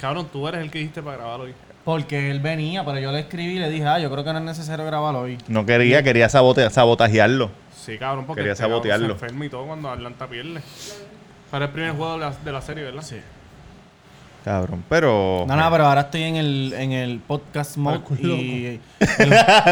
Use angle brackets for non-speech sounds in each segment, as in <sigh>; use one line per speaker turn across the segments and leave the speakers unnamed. Cabrón, tú eres el que dijiste para grabar hoy.
Porque él venía, pero yo le escribí y le dije, ah, yo creo que no es necesario grabar hoy.
No quería, quería sabote- sabotajearlo.
Sí, cabrón, porque este
Quería
cabrón
sabotearlo.
se enferma y todo cuando Atlanta pierde. Para el primer juego de la, de la serie, ¿verdad? Sí.
Cabrón, pero. <laughs>
No, no, pero ahora estoy en el, en el podcast mode y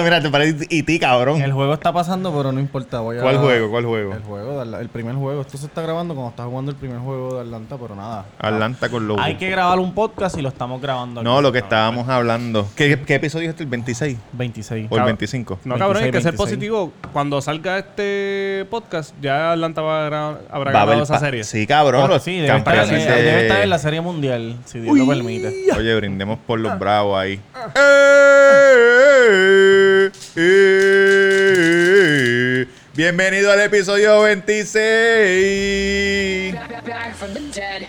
Mira, te parece y ti, cabrón.
el juego está pasando, pero no importa. Voy a-
¿Cuál juego? ¿Cuál juego?
El juego, de Atla- el primer juego. Esto se está grabando cuando está jugando el primer juego de Atlanta, pero nada.
Atlanta con los.
Hay que grabar un podcast y lo estamos grabando.
Ah, No,
aquí.
lo que estábamos hablando. ¿Qué, qué episodio es este? ¿El 26
26.
o el
Cab-
25?
No, cabrón, hay que ser
26.
positivo. Cuando salga este podcast, ya Atlanta va a gra- habrá
Va a
grabado
haber
esa
pa-
serie.
Sí, cabrón.
Ah,
los
sí, debe estar,
campeones
en,
de-
debe estar en la Serie Mundial, si Dios lo permite.
Oye, brindemos por los bravos ahí. Bienvenido al episodio 26.
Back, back from the dead.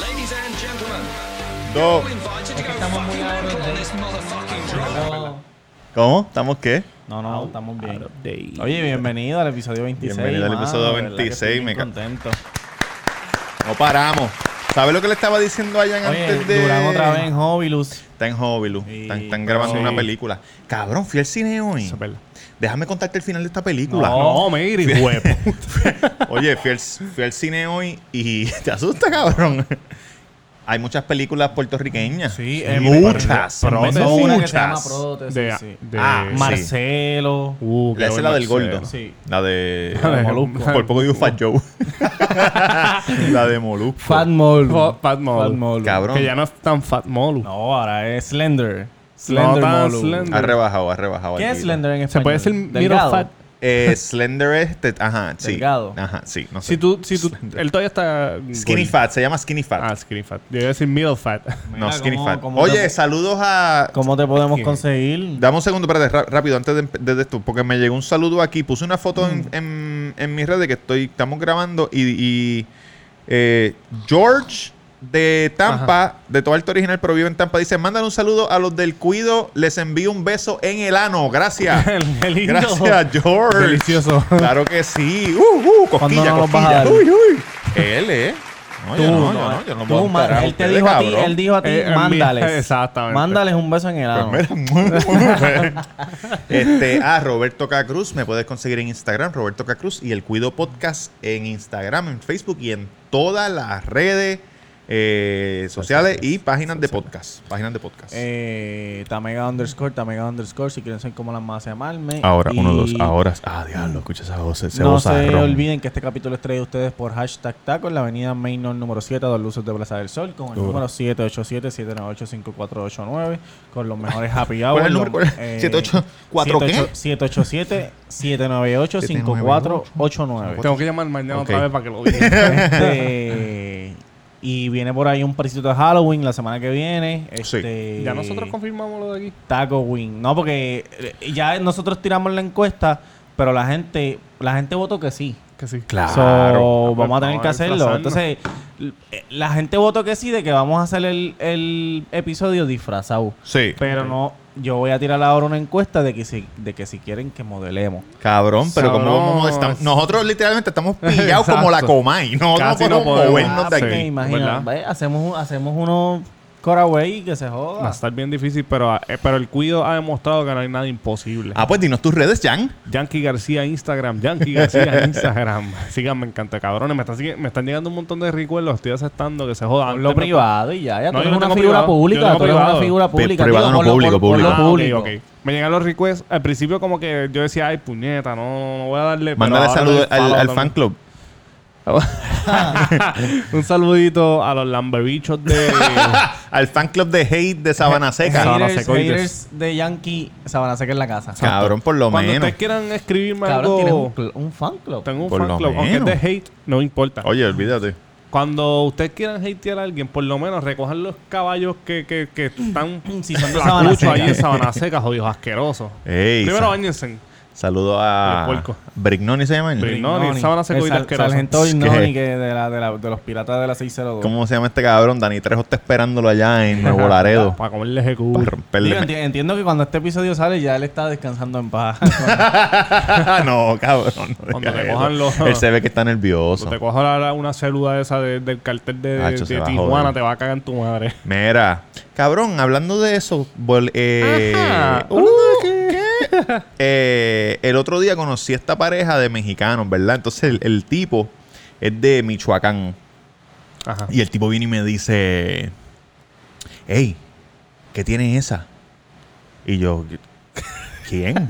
Ladies and gentlemen,
Dos.
all invited to go
Estamos muy
fucking
ahora
mental on
de-
this motherfucking drop.
¿Cómo? ¿Estamos qué?
No, no, estamos bien. Oye, bienvenido al episodio 26.
Bienvenido al
mano,
episodio
de verdad que
26,
estoy bien
me ca-
contento.
No paramos. ¿Sabes lo que le estaba diciendo a Jan
Oye,
antes de...?
Durán otra vez en Hobilus.
Está en Hobilus. Están, están grabando una película. Cabrón, fui al cine hoy.
Eso es verdad.
Déjame contarte el final de esta película.
No, me iris, pues, huevo. <laughs>
Oye, fui al, fui al cine hoy y <laughs> te asusta, cabrón. Hay muchas películas puertorriqueñas.
Sí,
Son
eh,
muchas.
pero- pero-
son
Tengo una que se llama
muchas.
Prótesis,
De,
sí.
de-
Ah,
sí.
Marcelo.
Uh, qué
La esa es la del
Marcelo.
gordo.
Sí.
La de.
<laughs> La de
Molusco.
Por poco digo Fat
<laughs>
Joe. la de Molusco.
Fat Mole.
Fa- Fat Molu.
Cabrón.
Que ya no es tan Fat Molu.
No, ahora es Slender. Slender
tan
Molu.
Slender.
Ha rebajado, ha rebajado.
¿Qué
el
es
kilo.
Slender en español?
Se puede decir Miro
Delgado.
Fat.
Eh, slender es. te- ajá, sí.
Delgado.
Ajá, sí. No sé.
Si tú, <laughs> si tú, él todavía está.
Skinny
gordo.
Fat, se llama Skinny Fat.
Ah, skinny fat. Yo iba a decir middle fat.
no,
Mira,
Skinny
¿cómo-
Fat.
cómo
Oye,
te-
saludos a.
¿Cómo te podemos conseguir?
Dame un segundo, espérate, ra- rápido, antes de, empe- de- de esto, porque me llegó un saludo aquí. Puse una foto en,
Mm.
en, en mis redes que estoy, estamos grabando y, y, eh, George de Tampa, de todo alto original, pero vive en Tampa, dice, mandan un saludo a los del Cuido, les envío un beso en el ano.
<laughs>
Gracias.
Qué lindo.
Gracias, George.
Delicioso.
Claro que sí. Uh, uh, cosquilla,
no nos vas a
cosquilla.
dar?
Uy, uy. Él, eh. No, yo no, yo no, yo no
tú,
voy a dar un
man-
carajo
él te
ustedes,
dijo a ti,
cabrón.
él dijo a ti,
Eh, a mí-
mándales.
<laughs> exactamente.
Mándales un beso en el ano.
Pues mira, muy bueno. <laughs> este, ah, Roberto Cacruz, me puedes conseguir en Instagram, Roberto Cacruz, y el Cuido Podcast en Instagram, en Facebook y en todas las redes eh, sociales y páginas de podcast. Páginas de podcast.
Eh, Tamega underscore, Tamega underscore, si quieren ser como las más llamarme.
ahora,
Y
uno, dos, ahora. Ah, diablo, escucha esa voz, ese
no se
vozarrón.
olviden que este capítulo es traído a ustedes por hashtag taco en la avenida Main North número 7, a dos luces de Plaza del Sol, con el
Duro.
número 787-798-5489, con los mejores happy hours.
<laughs>
Eh,
¿Cuál es el número? ¿Cuál es? 784, ¿qué?
787-798-5489.
Tengo que llamar mañana
Ok.
otra vez para que lo diga.
Este, y viene por ahí un parecito de Halloween la semana que viene.
Sí.
Este,
ya nosotros confirmamos lo de aquí.
Taco Wing. No, porque eh, ya nosotros tiramos la encuesta, pero la gente, la gente votó que sí.
Que sí.
Claro.
So,
pues,
vamos a tener
vamos
que
a
hacerlo.
disfrazarnos.
Entonces, l- eh, la gente votó que sí de que vamos a hacer el, el episodio disfrazado.
Sí.
Pero
Ok.
no, yo voy a tirar ahora una encuesta de que si, de que si quieren que modelemos.
Cabrón, pero como
Sabroso.
vamos a estar- nosotros literalmente estamos pillados como
Exacto.
la comay. No,
Casi
no
no podemos.
podemos movernos de
Ah,
aquí.
Me
sí.
imagino,
¿verdad?
ve, hacemos, un- hacemos unos Coraway que se joda.
Va a estar bien difícil, pero, eh, pero el cuido ha demostrado que no hay nada imposible.
Ah, pues dinos tus redes, Jan.
Yankee García Instagram, Yankee García
<laughs>
Instagram. Síganme, encanta cabrones. Me, están sigui- me están llegando un montón de recuerdos, estoy aceptando que se jodan.
Ponlo
Antes me-
privado y ya, ya
No,
tú
yo
eres
no
una
tengo
figura
privado. Yo
pública,
tengo
tú eres una
privado.
figura
Pri-
pública.
privado
tío,
no,
ponlo-
público,
ponlo
público.
Ah, ok,
público.
ok. Me llegan los requests. Al principio como que yo decía, ay, puñeta, no, no, no voy a darle... pero
Mándale
ahora
saludos
doy
al,
follow
al
también.
fan club.
Un saludito a los lamberbichos de...
<laughs> al fan club de hate de Sabana Seca.
Exacto.
Haters,
Sabana Seca, oídos.
haters de Yankee Sabana Seca en la casa.
Cabrón, por lo
Cuando
menos.
ustedes quieran escribirme
Cabrón,
algo...
tienes un, cl- un fan club.
Tengo un
Por lo
fan club, aunque es de
menos.
hate, no importa.
Oye, olvídate.
Cuando ustedes quieran hatear a alguien, por lo menos recojan los caballos que, que, que están
<clears throat> Si son de
flacuchos
Sabana Seca.
ahí en Sabana Seca, jodidos asquerosos.
<laughs> Ey,
Primero
sa-
bañense.
Saludo a.
El puerco.
Brignoni se llama. él?
Brig- No, ni
Ignoni.
sábana seco
El
y
sar-
asqueroso.
Sargento
Es que-
Ignoni, que de, la, de, la- de los piratas de la 602.
¿Cómo se llama este cabrón? Dani Trejo está esperándolo allá
<laughs>
en Nuevo Laredo.
Para comerle GQ.
para
Digo,
romperle.
enti- entiendo que cuando este episodio sale ya él está descansando en paz.
Ah, no, cabrón. no
Cuando
digas
te
eso.
cojan los-
Él se ve que está
Cuando
nervioso.
te cojo la- la- una célula esa de- del cartel de,
Hacho, se
de
va a
Tijuana,
joder.
te va a cagar en tu
<laughs>
madre.
Mira, cabrón, hablando de eso, vol- eh,
Ajá.
uh, ¿qué? <laughs> Eh, el otro día conocí a esta pareja de mexicanos, ¿verdad? Entonces el, el tipo es de Michoacán.
Ajá.
Y el tipo viene y me dice, hey, ¿qué tiene esa? Y yo, ¿quién?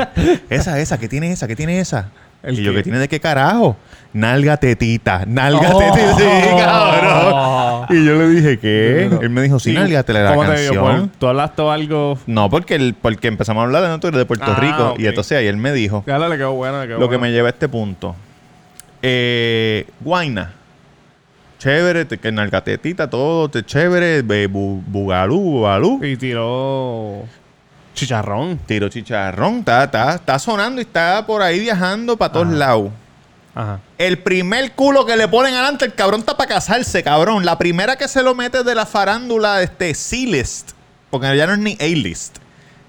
esa, esa, ¿qué tiene esa? ¿Qué tiene esa?
¿El
y yo,
qué?
¿qué tiene de qué carajo? Nalga tetita, nalga
Oh.
tetita, sí, cabrón. Y yo le dije, ¿qué? Él me dijo, sí, nalga te la
¿Cómo te digo?
canción.
Por- Tú hablaste o algo.
No, porque, el, porque empezamos a hablar de nosotros de Puerto
Ah,
Rico.
ok.
Y entonces ahí él me dijo
Ya le quedó bueno, le quedó
lo que me
bueno.
lleva a este punto. Eh, Guaina. Chévere, te- que nalgatetita, todo, te chévere, be- bu- bugalú, bugalú.
Y tiró. Chicharrón.
Tiro chicharrón, está, está, está sonando y está por ahí viajando para todos lados.
Ajá.
El primer culo que le ponen adelante, el cabrón está para casarse, cabrón. La primera que se lo mete de la farándula, este, C-list. Porque ya no es ni A-list.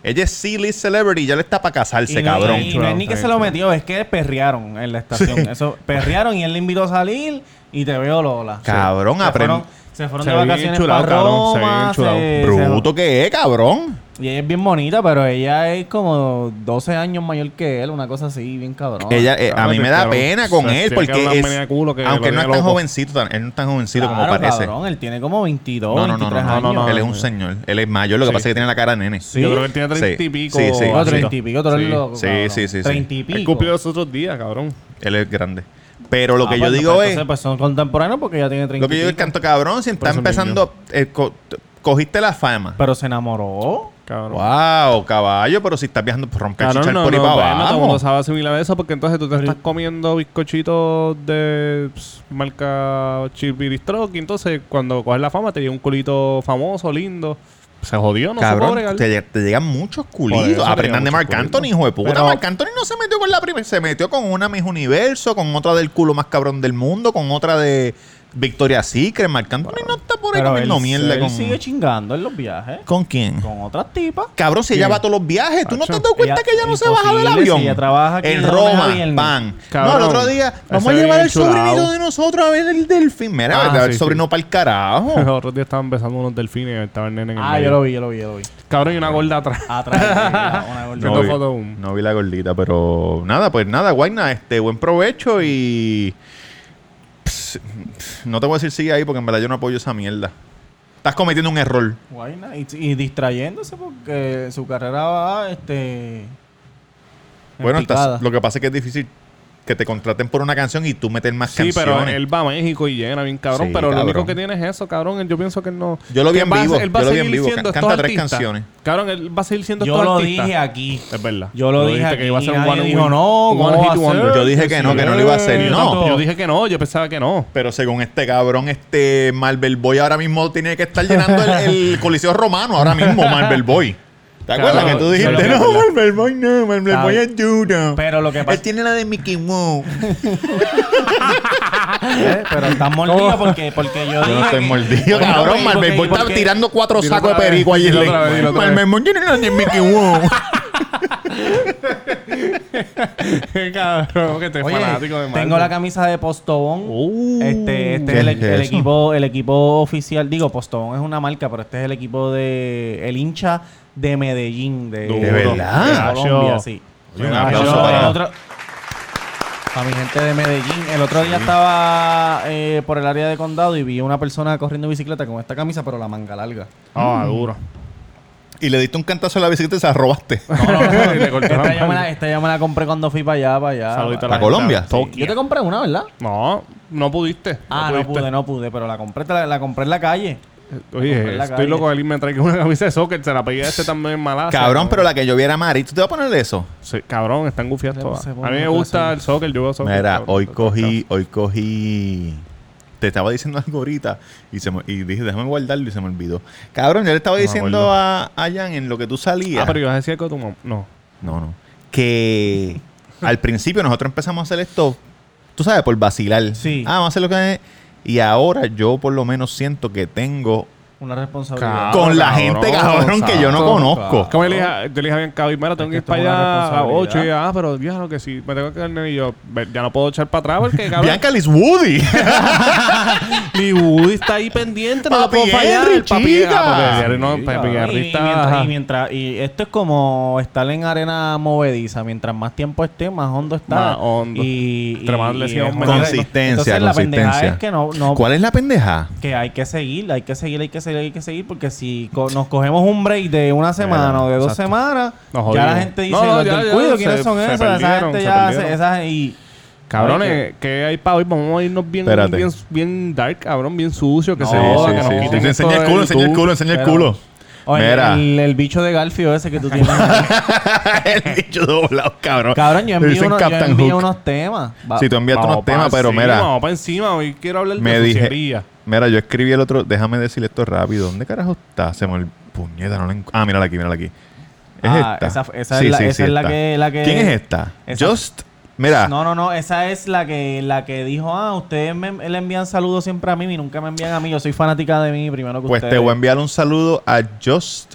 Ella es C-list celebrity, ya le está para
Y
casarse,
no-
cabrón.
Y, no es ni que se lo metió, es que perrearon en la estación. Eso, perrearon y él le invitó a salir y te veo Lola.
Cabrón,
Se
aprend-
fueron- Se fueron
Se
de
ve bien
vacaciones
chulao,
para
cabrón, se ve bien
Roma.
chulao.
se- se-
Bruto que es, cabrón.
Y ella es bien bonita, pero ella es como 12 años mayor que él, una cosa así, bien cabrón.
Ella, eh, a
Cabrón,
mí me da
cabrón.
pena con
O sea,
él
tiene que
porque
haber una
es-
manía de culo que
aunque
lo
no es
tiene
tan
loco.
jovencito, tan- él no es tan jovencito
Claro,
como parece.
cabrón, él tiene como 22,
No, no, no, no,
23
no,
años.
no, no, él es
años.
un señor, él es mayor, lo que
Sí.
pasa es que tiene la cara de nene.
Sí.
Yo creo que él tiene treinta
Sí,
y pico.
sí, sí.
Oh,
o así.
30 y pico, tú eres
Sí.
loco,
Sí,
cabrón.
sí, sí, sí.
30 y pico.
Él cumplió los otros días, cabrón.
Él es grande. Pero lo
Ah,
que yo
pues,
digo
pues,
es,
entonces, pues, son contemporáneos porque ella tiene 30
lo que yo
y
digo es
pico.
canto cabrón, si está
eso mismo.
empezando, eh, co- t- cogiste la fama.
Pero se enamoró.
Cabrón.
Wow, caballo, pero si estás viajando, pues, rompe el
Claro,
chichar
no,
por ahí
no,
para
pues, no todo el mundo
abajo.
sabe asimilar eso porque entonces tú te estás comiendo bizcochitos de ps, marca Chirpiristro y entonces cuando coges la fama te llega un culito famoso, lindo. Se jodió, no se puede
Cabrón,
bregar.
te, lleg- te llegan muchos
Por eso
culitos.
te llegan
Aprendan
muchos
de Marc
culitos.
Anthony, hijo de puta.
Pero-
Marc Anthony no se metió con la primera. Se metió con una Miss Universo, con otra del culo más cabrón del mundo, con otra de Victoria Secret. Marc Anthony no está por ahí
Pero él,
comiendo mierda
él
con...
sigue chingando en los viajes
¿Con quién?
con otras tipas.
Cabrón, si ella va a todos los viajes. ¿Tú no te
Acho.
has dado cuenta
Ella-
que ella no se baja del
imposible,
avión?
si ella trabaja aquí
en
de lunes a
Roma,
viernes.
pan.
Cabrón,
no, el otro día,
ese
vamos a
bien
llevar al
chulao.
sobrinito de nosotros a ver el delfín. Mira,
Ah,
a ver el
sí,
sobrino
sí.
para
<laughs>
el carajo.
Los otros días estaban besando unos delfines y estaba el nene en el
Ah,
medio.
yo lo vi, yo lo vi, yo lo vi.
Cabrón, y una gorda atrás.
Atrás. mira, una
<laughs>
gordita.
No
vi,
foto aún.
no vi la gordita, pero nada, pues nada, Guayna, este, buen provecho y. Pss, pss, no te voy a decir sigue ahí porque en verdad yo no apoyo esa mierda. Estás cometiendo un error.
Guayna, y, y distrayéndose porque su carrera va, este... en
Bueno, estás-
picada.
lo que pasa es que es difícil que te contraten por una canción y tú meter más
Sí,
canciones.
pero él va a México y llena bien cabrón,
Sí,
pero lo
cabrón.
único que tiene es eso, cabrón. Él- Yo pienso que él no...
Yo lo vi
que
en
va a-
vivo,
él va a
yo lo vi en
seguir
vivo,
siendo
can-
estos
canta tres
artistas.
canciones.
Cabrón, él va a seguir siendo
Yo
estos
lo
artistas.
dije aquí.
Es verdad.
Yo lo
Tú
dije
dijiste
aquí,
que iba a ser un
nadie
one
dijo
win-
no,
un
¿cómo
one
va a
hit
ser?
wonder.
Yo dije que no, que no lo iba a hacer.
Yo
No.
tampoco- Yo dije que no, yo pensaba que
<laughs>
no.
Pero según este cabrón, este Marvel Boy ahora mismo tiene que estar llenando el,
<laughs>
el Coliseo Romano, ahora mismo, Marvel Boy. ¿Te acuerdas
Cabrón, yo
que tú
lo que
dijiste? No,
acuerdo.
Marvel Boy no, Marvel
Está
Boy
bien.
es Juno.
Pero lo que pasa...
Él tiene la de Mickey Mouse.
¿eh? Pero estás
<laughs>
mordido porque, porque yo
Yo
dije
no estoy
que-
mordido,
Bueno, ¿y
cabrón.
por
Marvel
qué-
Boy
y por
está
qué?
tirando cuatro
Dilo
sacos de
otra vez,
perico allí.
dilo otra vez, dilo otra
Marvel Boy tiene la de Mickey Mouse.
cabrón, que te
Oye,
fanático de
tengo la camisa de Postobón.
Uh,
este este es
¿qué
el,
es
el
eso?
equipo el equipo oficial. Digo, Postobón es una marca, pero este es el equipo de el hincha de Medellín de,
Duro.
¿De verdad?
de Colombia,
Nacho.
sí.
Oye, un
Nacho,
aplauso para-
el otro- para mi gente de Medellín. El otro día estaba eh, por el área de condado y vi una persona corriendo en bicicleta con esta camisa, pero la manga larga.
Ah, duro.
Y le diste un cantazo a la bicicleta y se la robaste.
Ah, <laughs> Le cortó la
Esta yo, me la,
manga.
esta yo me la compré cuando fui para allá, para allá.
Saludito
¿A
gente.
Colombia?
Sí.
Yo te compré una, ¿verdad?
No, no pudiste.
Ah, no
pudiste.
pude, no pude, pero la compré, te la, la compré en la calle. compré
Oye,
en la
estoy
calle.
loco de alguien me traiga una camisa de soccer. Se la pedí a este también malazo.
Cabrón, pero la que yo viera Mari, ¿tú te vas a poner eso?
Sí, cabrón, están gufiadas
Se-
todas.
se
A mí
pone
me
un
gusta
clásico.
el soccer, yo veo soccer.
Mira,
cabrón. Ah,
hoy cogí, hoy cogí. Te estaba diciendo algo ahorita y, se me- y dije, déjame guardarlo y se me olvidó. Cabrón, yo le estaba
No me
diciendo
acuerdo.
a, a Jan en lo que tú salías.
Ah, pero ibas a decir algo a tu mamá. No.
No, no. Que al principio nosotros empezamos a hacer esto, tú sabes, por vacilar.
Sí.
Ah, vamos a hacer lo que es. Y ahora yo por lo menos siento que tengo
Una responsabilidad.
Claro,
con la
cabrón,
gente, cabrón, que yo no
exacto,
conozco.
Como yo le dije a- yo le dije a Bianca, "Oye, mira, tengo
que
que ir para
tomar
allá
la
a 8 y
responsabilidad.
ella, ah, pero diablo que sí, me tengo que quedar nene", y yo, "Ve, ya no puedo echar para atrás porque cabrón.
Bianca Liz Woody.
Mi Woody está ahí pendiente, no lo
Papi
puedo fallar.
Henry,
El papi
chica.
ah, porque Henry no,
Sí,
papi
cabrón.
Henry
y,
está-
mientras,
ajá.
y mientras- y esto es como estar en arena movediza. Mientras más tiempo esté, más hondo está.
Más hondo.
Y,
Entre más lesiones,
es-
menos-
Consistencia,
Entonces, la pendeja
consistencia.
es que no, no
<laughs> ¿Cuál es la pendeja?
que hay que seguir, hay que seguir, hay que seguir, hay que seguir, porque si co- nos cogemos un break de una semana
Bueno,
o de dos
exacto.
semanas,
Nos
ya
jodimos.
la gente dice,
No, no,
los
ya,
del
ya,
cuido,
se-
¿quiénes son
se
esos? esa
perdieron,
gente
se
ya,
perdieron.
se- esa- y
Cabrones, eh, ¿qué hay para hoy? Vamos a irnos bien,
Espérate.
bien, bien dark, cabrón, bien sucio, que
No,
se joda, que
sí,
nos
sí,
quiten esto
sí.
Enseña el
de
culo, enseña el
YouTube.
culo, enseña el
Pero-
culo.
Oye,
Mira.
El, el bicho de Garfio ese
<laughs>
que tú tienes. ahí.
el bicho doblado, cabrón.
Cabrón, yo
Le
envío,
dicen
unos, yo
Captain
envío
Hook.
unos temas. Va-
Si tú envías
Vamos
unos
pa'
temas, pero
encima,
mira,
Vamos para encima, hoy quiero hablar de
me dije,
suciería.
mira, yo escribí el otro, déjame decir esto rápido. ¿Dónde carajo está? Se me ol- puñeta, no la encu- Ah, mírala aquí, mírala aquí. Es
Ah,
esta.
esa- esa es la- esa es la
esta.
que- la que-
¿Quién es esta?
Esa-
Just, mira,
No, no, no, esa es la que la que dijo, ah, ustedes me, le envían saludos siempre a mí y nunca me envían a mí, yo soy fanática de mí primero que
pues
ustedes.
te voy a enviar un saludo a
<laughs>
Just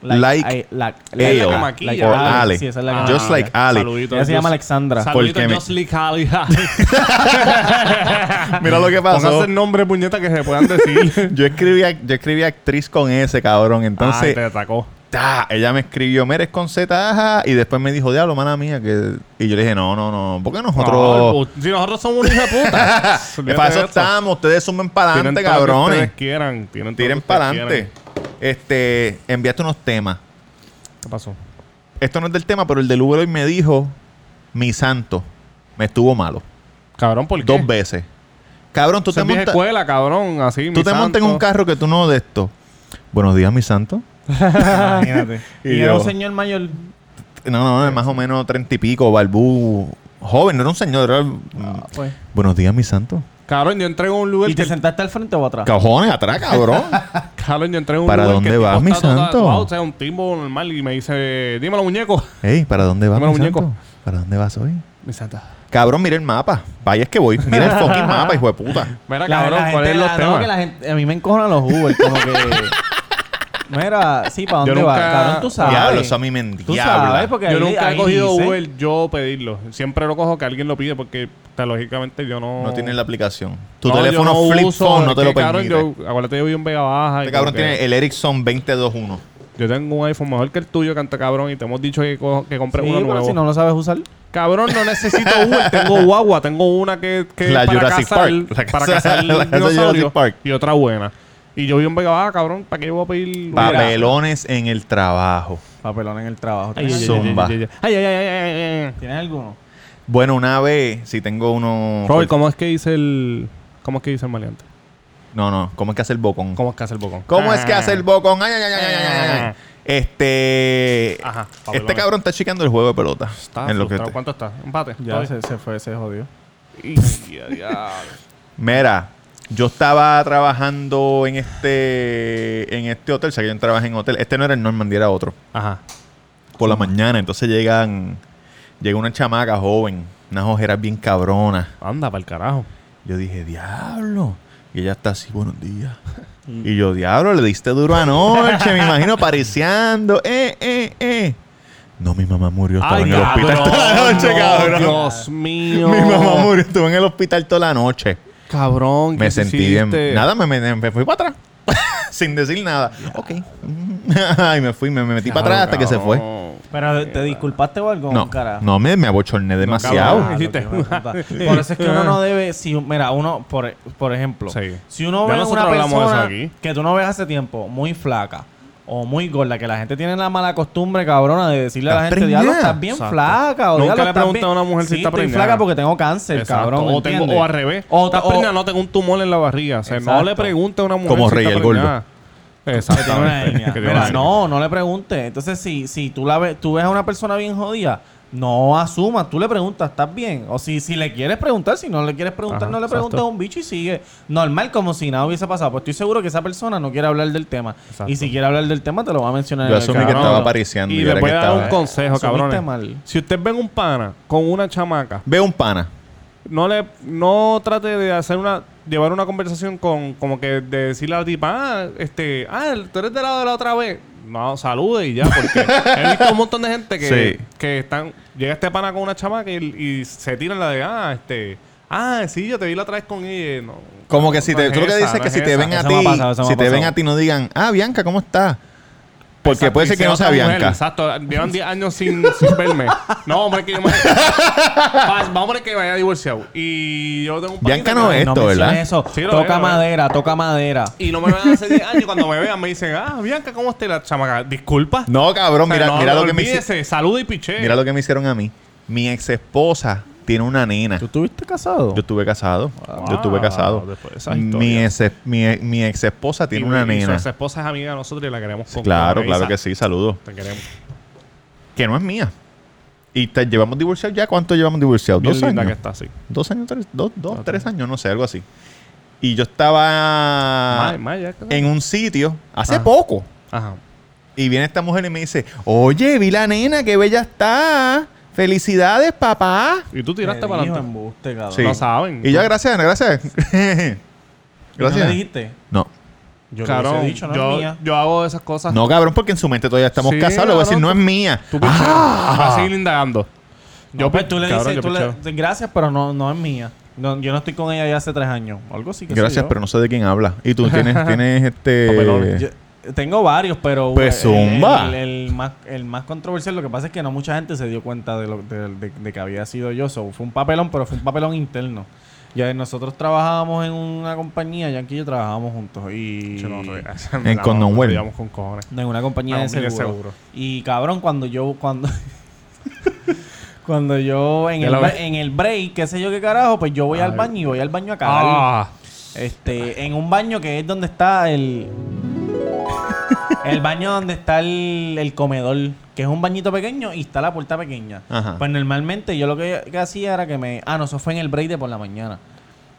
like
ay, like,
Ale
que
o
maquilla.
like ah,
o
Ale.
Sí, esa es la que
Ah,
maquilla.
Just like Ali.
Saludito,
Ella se llama
Just-
Alexandra.
Saludito,
Porque me-
Just like Ali. <laughs>
Mira lo que pasó.
Pónganse el nombre, puñeta, que se puedan <laughs> decir.
Yo escribí, ac- yo escribí actriz con ese cabrón.
Ay,
Entonces,
Ah,
te atacó.
ta, ella me escribió, Meres con Z, ajá", Y después me dijo, diablo, mala mía. Que... Y yo le dije, no, no, no. ¿Por qué
Ah,
No,
nosotros.
el pu- pues, si nosotros somos unos hijos de puta.
Eh, <laughs> para eso estamos. Ustedes sumen para
Tienen
adelante,
todo lo que
cabrones.
ustedes quieran. Tienen, todo lo
Tiren
que ustedes
para adelante.
quieran.
Este, enviaste unos temas.
¿Qué pasó?
Esto no es del tema, pero el del Uber hoy me dijo, mi santo, me estuvo malo.
Cabrón, ¿por qué?
Dos veces. Cabrón, tú
Eso
te
es vieja
montas.
escuela, cabrón. Así,
Tú te montas en un carro que tú no de esto. Buenos días, mi santo.
<laughs> Imagínate.
Y
y era
yo-
un señor mayor.
No, no, es más o menos treinta y pico, barbú. Joven, no era un señor. Era...
Ah, pues.
Buenos días, mi santo.
Cabrón, yo entré en un lugar
¿Y te
que...
sentaste al frente o atrás?
Cajones, atrás,
<laughs>
cabrón.
Cabrón, yo entré en un
¿Para
lugar
dónde
que el
vas,
tipo
mi
está todo
santo?
tatuado, O sea, un timbo normal y me dice... Dímelo, muñeco. <laughs>
Ey, ¿para dónde vas, mi
Dímelo, muñeco.
santo? ¿Para dónde vas hoy?
Mi santa.
Cabrón, mira el mapa. Vaya es que voy. Mira el
<laughs>
fucking mapa, hijo de puta.
Mira,
La-
cabrón,
la
¿cuál
gente-
es los
la- no, que la
temas?
gente- a mí me encojonan los Uber, como que...
<laughs>
Mira, sí, ¿para
Yo
dónde vas?
nunca-
Cabrón, tú sabes.
Diablo, eso a mí me
Tú
endiabla.
sabes, porque
Yo
ahí-
nunca he
ahí
cogido
dice-
Uber yo pedirlo. Siempre lo cojo que alguien lo pide porque, o sea, lógicamente, yo no...
No tienes la aplicación. Tu
No, yo
teléfono
no
flip
uso,
phone no
es
te
que,
lo
cabrón,
permite.
yo, acuérdate, yo vivo en Vega Baja. y
este cabrón
como que-
tiene el Ericsson 2021.
Yo tengo un iPhone mejor que el tuyo, canta cabrón, y te hemos dicho que, co- que compres
Sí,
uno
pero
nuevo.
si no lo sabes usar.
Cabrón, no necesito Uber, tengo guagua, tengo una que, que
La
para
Jurassic
cazar,
Park, la
para
casa-
cazar
<laughs> la casa
dinosaurios,
Jurassic Park.
y otra buena. Y yo vivo en Vega Baja, cabrón, ¿para qué yo voy a pedir Uber?
Papelones en el trabajo.
Papelón en el trabajo.
Ay, ay, ay,
¿Tienes,
Eso.
ay,
Zumba.
ay, ay, ay, ay, ay, ay, ay, ay.
¿Tienes alguno?
Bueno, una vez, si tengo uno.
Robert, ¿cómo es que dice el cómo es que dice el maleante?
No, no. ¿Cómo es que hace el bocón?
¿Cómo es que hace el bocón?
¿Cómo es que
Ah.
hace el bocón? Ay, ay, ay, ay, ay, ay, ay. Este.
Ah, Ajá,
este
Papelones.
cabrón está chicando el juego de pelota.
Está
en lo que
frustrado.
te-
¿Cuánto está? Empate.
Ya se, se fue, se jodió.
Y- ya, ya.
Mira, yo estaba trabajando en este. En este hotel. O sea, que yo trabajé en hotel. Este no era el Normandy, era otro.
Ajá.
Por la mañana. Entonces llegan. Llega una chamaca joven. Unas ojeras bien cabronas.
Anda, para el carajo.
Yo dije, diablo. Y ella está así, buenos días.
Mm.
y yo, diablo, le diste duro anoche, me imagino, pariciando. <laughs> Eh, eh, eh. No, mi mamá murió, estaba en el hospital toda la noche,
no,
cabrón.
Dios mío.
Mi mamá murió, estuvo en el hospital toda la noche.
Cabrón,
Me
¿qué
sentí
hiciste?
bien. Nada, me, me- me fui para atrás. <laughs> Sin decir nada. Ok. <laughs> y me fui, me, me metí para atrás hasta que se fue.
Pero, ¿te disculpaste o algo?
No,
Eh, cara?
no me, me abochorné demasiado.
cabrón. hiciste.
<laughs> Ah, lo que hijo de puta. por eso es que uno no debe, si mira, uno, por, por ejemplo,
Sí.
si uno
Ya
ve a
nosotros
una
hablamos de eso
persona
aquí.
que tú no ves hace tiempo, muy flaca o muy gorda, que la gente tiene la mala costumbre, cabrona, de decirle a la
¿Estás
gente, diablo,
preñada?"
estás bien
Exacto.
flaca. O
Nunca
"Diablo,
le he
estás
preguntado
bien-
a una mujer si
sí,
está
estoy
preñada.
flaca porque tengo cáncer,
Exacto.
cabrón.
o, tengo,
¿entiendes?
o al revés.
O-
Estás
o-
preñada, no tengo un tumor en la barriga. O sea, no
Exacto.
le pregunte a una mujer.
Como Rey,
está
el gordo.
preñada.
Que tiene una
Exactamente.
hernia.
Que tiene
Mira,
una hernia.
no, no le preguntes. Entonces, si, si tú la ves, tú ves a una persona bien jodida, No asumas, tú le preguntas, ¿estás bien? O si, si le quieres preguntar, si no le quieres preguntar,
Ajá,
no le
exacto.
preguntas a un bicho y sigue. Normal, como si nada hubiese pasado. Pues estoy seguro que esa persona no quiere hablar del tema.
Exacto.
Y si quiere hablar del tema, te lo va a mencionar
Yo
en el
asumí que
cabrón.
estaba apareciendo.
Y
yo era
les voy
que
a dar
estaba- eh.
un consejo,
Asumiste
cabrones.
mal.
Si usted ven un pana con una chamaca,
Ve un pana.
no le no trate de hacer una llevar una conversación con como que de decirle a la tipa, ah, este, ah, tú eres del lado de la otra vez. No, salude y ya, porque he visto un montón de gente que,
Sí.
que están llega este pana con una chamaca y, y se tiran la de, ah, este, ah, sí, yo te vi la otra vez con ella. No,
Como que si
no
te,
es
tú lo que
esa,
dices es
no
que
es
si te
esa.
ven a
Eso
ti,
me ha pasado, eso me
si
ha
te ven
pasado.
a ti no digan, ah, Bianca, ¿cómo estás? Porque
Exacto,
puede
y
ser que
sea
no sea
otra mujer,
Bianca.
Exacto, llevan 10 años sin, <laughs> sin verme. No, hombre, que yo me.
<laughs>
Va- Vamos a poner que me haya divorciado. Y yo tengo un panita
Bianca no
que-
es. esto,
menciones
¿verdad?
eso.
Sí, lo
toca
veo, lo
madera, toca madera.
Y no me vean hace 10 años. y Cuando me vean, me dicen, ah, Bianca, ¿cómo estás? Y La chamaca, disculpa.
No,
O
cabrón,
sea,
mira,
no,
mira
no,
lo que me hici-
olvídese, Saluda y piché.
mira lo que me hicieron a mí. Mi ex esposa tiene una nena.
¿Tú estuviste casado?
Yo estuve casado. Yo estuve
Wow,
casado.
después de esa
Mi
historia.
ex, mi, mi ex esposa tiene
Y-
una
y
nena.
Su esposa es amiga de nosotros y la queremos con
Claro,
con
claro
Isa.
que sí, saludos.
Te queremos.
Que no es mía. Y te llevamos divorciados ya. ¿Cuánto llevamos divorciados?
Bien
Dos
linda que
años.
está así.
Dos años, tres, dos, dos,
Ok.
tres años, no sé, algo así. Y yo estaba
May- Maya, creo.
Ah, en un sitio hace
Ajá.
poco.
Ajá.
Y viene esta mujer y me dice, oye, vi la nena, qué bella está. Felicidades, papá.
Y tú
Me
tiraste para
dijo
adelante.
embuste, cabrón.
Sí.
No saben.
Y ya, gracias,
<laughs>
gracias.
¿Y ¿No le
gracias.
dijiste?
No.
Yo le
Cabrón,
hubiese dicho, no es
yo,
mía.
yo hago esas cosas.
No, cabrón, porque en su mente todavía estamos
Sí,
casados. Le voy a decir, no
cabrón,
es mía.
Tú picheo.
Ah.
Vas a seguir indagando.
No, pues tú le
cabrón,
dices,
yo
tú le-
picheo.
gracias, pero no, no es mía. No, yo no estoy con ella ya hace tres años. O Algo así que
Gracias, pero no sé de quién habla. Y tú
<laughs>
tienes, tienes
Papelones.
este...
Tengo varios, pero
Pues,
el- el-
zumba.
El, el más, el más controversial, lo que pasa es que no mucha gente se dio cuenta de, lo, de, de- de que había sido yo. So, fue un papelón, pero fue un papelón interno. Ya nosotros trabajábamos en una compañía, Yankee y yo trabajábamos juntos. Y
Che, no, re-
En
no,
Condom
nos
World.
peleamos con cojones.
en una compañía
Ah,
de
un mini
seguro.
seguro.
Y cabrón, cuando yo, cuando. <laughs> cuando yo en
Ya
el,
la
bre-
ves.
en el break, qué sé yo qué carajo, pues yo voy al
Ay.
baño y voy al baño a cagar.
Ah,
Este, en un baño que es donde está el. el baño donde está el, el comedor, que es un bañito pequeño y está la puerta pequeña.
Ajá.
Pues normalmente yo lo que, que hacía era que me. Ah, no, eso fue en el break de por la mañana,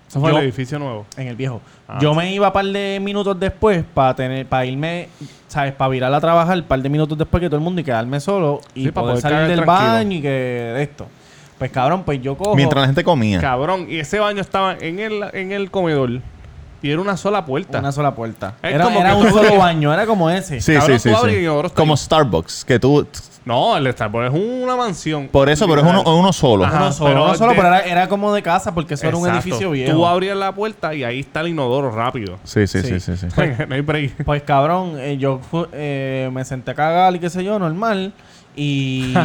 ese fue
Yo-
el edificio nuevo.
en el viejo.
Ah,
yo me iba un par de minutos después para tener, para irme, ¿sabes? Para virar a trabajar un par de minutos después que todo el mundo y quedarme solo y
Sí, pa'
poder
poder
salir
cagar
del
tranquilo.
baño y que esto. Pues cabrón, pues yo cojo.
Mientras la gente comía.
Cabrón, y ese baño estaba en el, en el comedor. Y era una sola puerta.
Una sola puerta.
Es
Era,
como
era
que
un
tú-
solo baño, era como ese.
Sí,
Cabrón,
sí, sí.
tú abres
sí.
y ahora está
Como
ahí.
Starbucks, que tú...
No, el Starbucks es una mansión.
Por eso, pero es uno, uno solo.
Ajá.
Uno solo,
pero
uno solo,
de-
pero era, era como de casa porque eso era un
Exacto.
edificio viejo.
Tú abrías la puerta y ahí está el inodoro
<laughs>
rápido. <laughs>
Sí, sí, sí,
Sí.
sí. sí.
no hay break.
Pues cabrón, eh, yo fu- eh, me senté a cagar y qué sé yo, normal.
<laughs>
Y,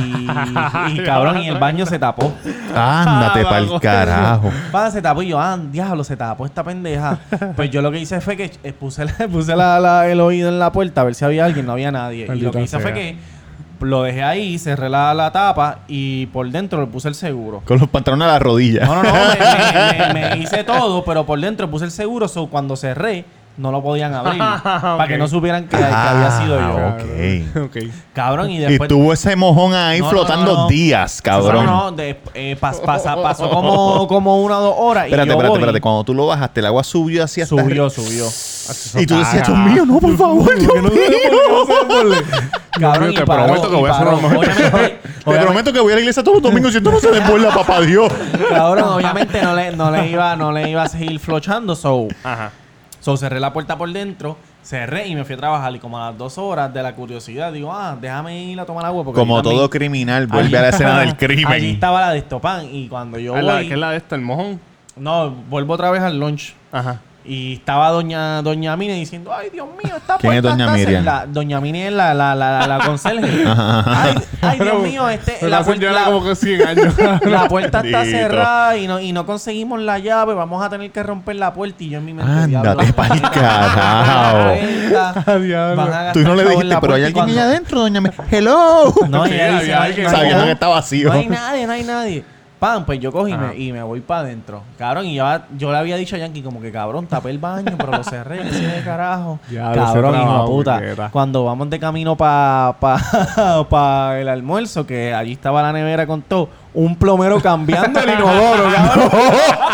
y cabrón, y el baño se tapó.
Ándate
Ah,
pa'l
vago.
carajo.
Para, se tapó y yo, ah, diablo, se tapó esta pendeja. Pues yo lo que hice fue que eh, puse, la- <laughs> puse la- la- el oído en la puerta a ver si había alguien, no había nadie. y lo
Maldita
que hice fue
sea.
que lo dejé ahí, cerré la, la tapa y por dentro le puse el seguro.
Con los pantalones a la rodilla.
No, no, no, me, me- me- me hice todo, pero por dentro puse el seguro, so cuando cerré no lo
<laughs>
podían abrir para que
Ah, Ok.
no supieran que, que había sido yo.
Ah, ok.
<laughs>
<laughs>
ok.
Cabrón, y
Y
después...
tuvo ese mojón ahí
No, no,
flotando
no, no.
días, cabrón.
No, no, de- eh, pas- pasa- pasó como, como una o dos horas y
Espérate,
yo
espérate,
voy-
espérate. Cuando tú lo bajaste, el agua subió así hasta
Subió, subió.
Y tú decías,
Ah.
Dios mío, no, por favor, Dios mío.
Cabrón,
Dios mío,
y
te
paró,
prometo que
y
voy a hacer
paró.
una mujer.
Obviamente-
<laughs> Te prometo que voy a la iglesia todos los domingos y esto no se desborda, papá Dios.
Cabrón, obviamente no le, no le iba, no le iba a seguir flochando, so...
Ajá.
So, cerré la puerta por dentro, cerré y me fui a trabajar. Y como a las dos horas de la curiosidad, digo, ah, déjame ir a tomar agua. Porque
Como
allí también-
todo criminal,
allí
vuelve a la escena
estaba- <laughs>
del
Allí
crimen.
estaba la de Estopan y cuando yo
Ah, la-
voy...
¿Qué es la de esta? ¿El mojón?
No, vuelvo otra vez al lunch.
Ajá.
Y estaba doña, doña Mine diciendo, ay, Dios mío, esta
¿Quién es
puerta
doña
está
Miriam?
cerrada". Doña Mine es la, la, la, la, la conserje.
<laughs>
ay, ay, Dios mío, este...
La señora
La puerta, la-
como que 100 años.
<laughs> la puerta está
Bendito.
cerrada y no, y no conseguimos la llave, vamos a tener que romper la puerta y yo en mi mente...
Ándate
"Diablo, <laughs>
<laughs> pa'l
puerta,
carajo".
puerta,
Ah, diablo.
van <laughs> a
Tú no
gastar
le dijiste,
cabo en la
pero hay
puerta
alguien
y
allá
cuando-
adentro, doña. Me... Hello.
No,
Sí,
ella dice,
había
"No hay-
alguien".
no hay
Sabiendo
nadie".
que está vacío.
No hay nadie, no hay nadie. Pam, pues yo cogí y
Ajá.
me, y me voy para adentro. Cabrón, y yo, yo le había dicho a Yankee como que cabrón, tapé el baño, pero lo cerré, que sí de
<laughs>
carajo.
Diablo, ese
cabrón, hijo de
trabajo,
puta.
puñeta.
Cuando vamos de camino para pa, <laughs> pa el almuerzo, que allí estaba la nevera con todo, un plomero cambiando el <laughs> inodoro, cabrón.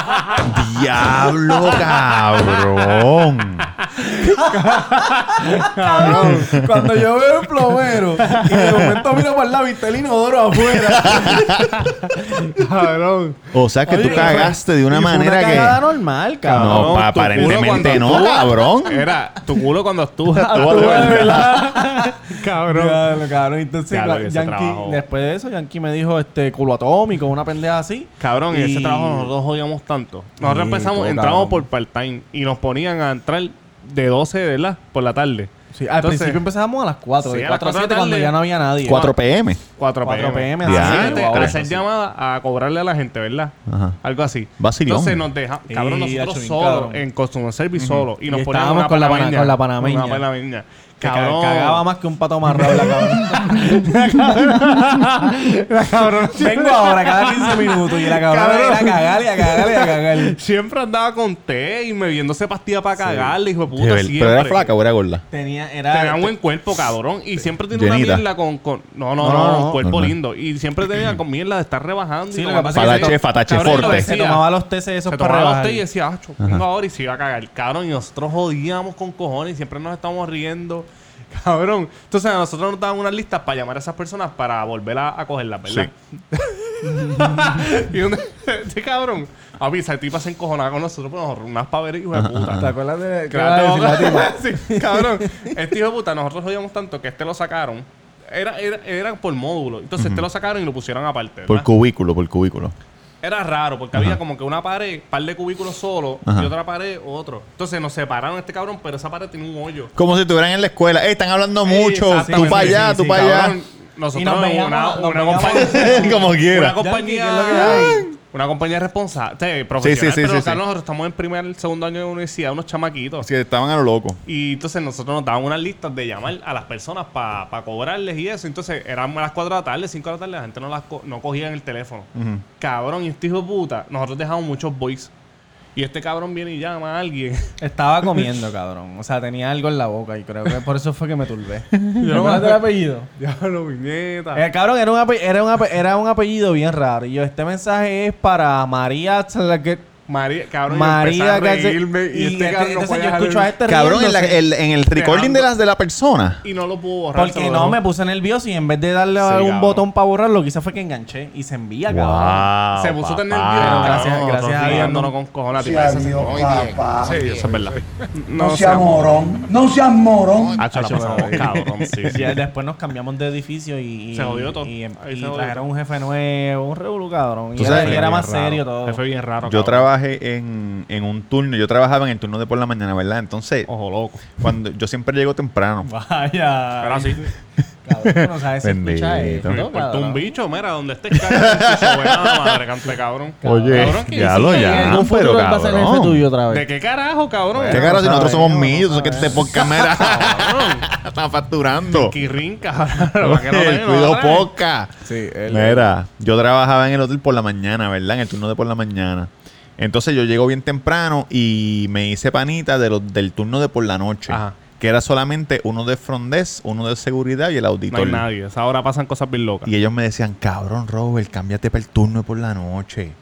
¡Diablo, cabrón!
Cabrón, cuando yo veo el plomero y de momento miro para el lado y está el inodoro afuera.
Cabrón.
O sea que
Oye,
tú
y
cagaste de una
fue
manera
una cagada
que.
normal, cabrón.
No,
Cabrón, tu
pa-
culo
aparentemente
cuando
no,
actúa.
cabrón.
Era tu culo cuando
<laughs>
estuvo. cabrón.
Diablo, cabrón. Entonces,
Diablo,
la-
y ese
Yankee-
trabajo.
después de eso, Yankee me dijo este culo atómico, una pendeja así.
Cabrón, en
Y-
ese trabajo nosotros jodíamos tanto. Nosotros
Sí,
empezamos,
todo
entramos por
cabrón.
part-time y nos ponían a entrar de 12, ¿verdad? Por la tarde.
Sí, al
Entonces-
principio empezábamos a las 4,
Sí,
de
a las
4 a
cuatro de
7
la
cuando
tarde.
ya no había nadie.
4 PM.
4
4
PM.
PM,
así,
Así,
siete,
a
tres,
hacer
así.
llamadas a cobrarle a la gente, ¿verdad?
Ajá.
Algo así.
Vacilón.
Entonces nos dejamos,
Sí,
cabrón,
hacho,
nosotros
bien
solos
cabrón.
en Customer Service solo. Y
Y
nos
estábamos
poníamos
con la pana- con la panameña.
Con la panameña.
Que ca-
Cabrón.
cagaba más que un pato amarrado la cabrón. <laughs> Vengo ahora cada 15 minutos y la cabrón
Cabrón.
era a cagar y a cagar y a cagar.
Siempre andaba con té y bebiéndose pastilla para cagarle, hijo de puta.
Pero
siempre.
era flaca o era gorda.
Tenía, era, este,
Tenía un buen cuerpo, cabrón. Y siempre tenía
Llenita.
una mierda con, con- No, no,
No,
no,
no,
un cuerpo
normal.
lindo. Y siempre tenía con mierda de estar rebajando.
Sí,
y
lo
tomando-
que pasa es que
Cabrón,
Fatache, fatache,
cabrón, y lo
forte.
decía.
este, se tomaba los tés esos
Se
para
tomaba los
rebajar.
té y decía, ah, chocó ahora y se iba a cagar. Cabrón, y nosotros jodíamos con cojones y siempre nos estábamos riendo. <laughs> Cabrón. Entonces a nosotros nos daban unas listas para llamar a esas personas para volver a, a cogerlas, ¿verdad? <laughs> y un sí, cabrón. A mí, esa tipa se encojonaba con nosotros, pero nosotros unas paveras y de puta.
¿Te acuerdas de qué iba a
Claro,
decir la tipa?
<laughs> sí, cabrón. Este hijo de puta, nosotros odiamos tanto que este lo sacaron. Era, era, era por módulo. Entonces, este lo sacaron y lo pusieron aparte. ¿verdad?
Por cubículo, por cubículo.
Era raro porque había como que una pared, par de cubículos solo
Ajá.
y otra pared otro. Entonces nos separaron este cabrón, pero esa pared tenía un hoyo.
Como si estuvieran en la escuela. ¡Ey, están hablando
Eh,
mucho! tú
exactamente,
para allá,
sí,
tú
sí,
para allá.
cabrón. Nosotros
Y nos veíamos,
una,
nos
una
veíamos.
<laughs>
compañía,
Como
una
quiera.
compañía,
Yankee, ¿qué es lo
una compañía responsable, profesional.
sí,
pero
sí,
acá
sí.
nosotros estamos en primer, segundo año de universidad, unos chamaquitos.
Así que estaban a lo loco.
Y entonces nosotros nos daban unas listas de llamar a las personas para cobrarles y eso. Entonces eran a las 4 de la tarde, 5 de la tarde, la gente no, las co- no cogía en el teléfono. Cabrón, y este hijo de puta, nosotros dejamos muchos voice. Y este cabrón viene y llama a alguien. <laughs>
Estaba comiendo, cabrón. O sea, tenía algo en la boca y creo que por eso fue que me <laughs> turbé. ¿No me el apellido?
Diablo, viñeta.
<laughs> Eh, cabrón, era un, ape- era, un ape- era un apellido bien raro. Y yo, este mensaje es para María Tzalaguet-
María, cabrón,
María
María
que
a
hace-
reírme y, este, cabrón no
entonces
podía
yo
dejar
escucho a
de-
este
Cabrón, en, la-
riéndose
el, en el recording de las de la persona.
Y no lo pudo borrar.
porque no me puse nervioso y en vez de darle
Sí,
a un
cabrón.
botón para borrar, lo que hice fue que enganché y se envía, cabrón.
Se puso tan
papá.
nervioso. cabrón,
gracias- gracias
nosotros
a Dios,
riéndonos
no.
con cojones.
Gracias a Dios, papá.
Sí, eso es verdad.
No, seas morón. No seas morón.
Hacho, la pasamos, cabrón.
<laughs>
Sí, sí.
Ya después nos cambiamos de edificio y, y-
Se jodió todo.
y, em-
Ahí
y
se jodió
trajeron
todo.
un jefe nuevo, un revolú, cabrón. Y
Tú
era,
sabes-
y era más
Bien raro.
serio todo.
Jefe bien raro. cabrón.
Yo trabajé en, en un turno. Yo trabajaba en el turno de por la mañana, ¿verdad? Entonces,
Ojo loco.
cuando yo siempre llego temprano.
Vaya.
Pero así.
Cabrón, tú no sabes si escucha
Bendito.
esto,
Me importa
cabrón.
un bicho, mira, donde estés, cabrón. madre,
<laughs>
cante, cabrón. Cabrón, ¿qué
ya lo
hiciste?
En
ya,
algún futuro
pero
él va a ser jefe
cabrón.
tuyo otra vez.
¿De qué carajo, cabrón?
¿Qué caro si
No
nosotros
sabemos,
somos millos?
no
Eso que este te
sabemos.
por cámara
Cabrón.
<laughs> está facturando.
Kirrin, cabrón. ¿para qué no te-
<laughs> El
no
cuido
traes?
poca.
Sí,
Mira, yo trabajaba en el hotel por la mañana, ¿verdad? En el turno de por la mañana. Entonces yo llego bien temprano y me hice panita de los, del turno de por la noche.
Ajá.
Que era solamente uno de frondés, uno de seguridad y el
No hay
auditor.
nadie. Esa hora pasan cosas bien locas.
y ellos me decían, cabrón, Robert, cámbiate para el turno de por la noche.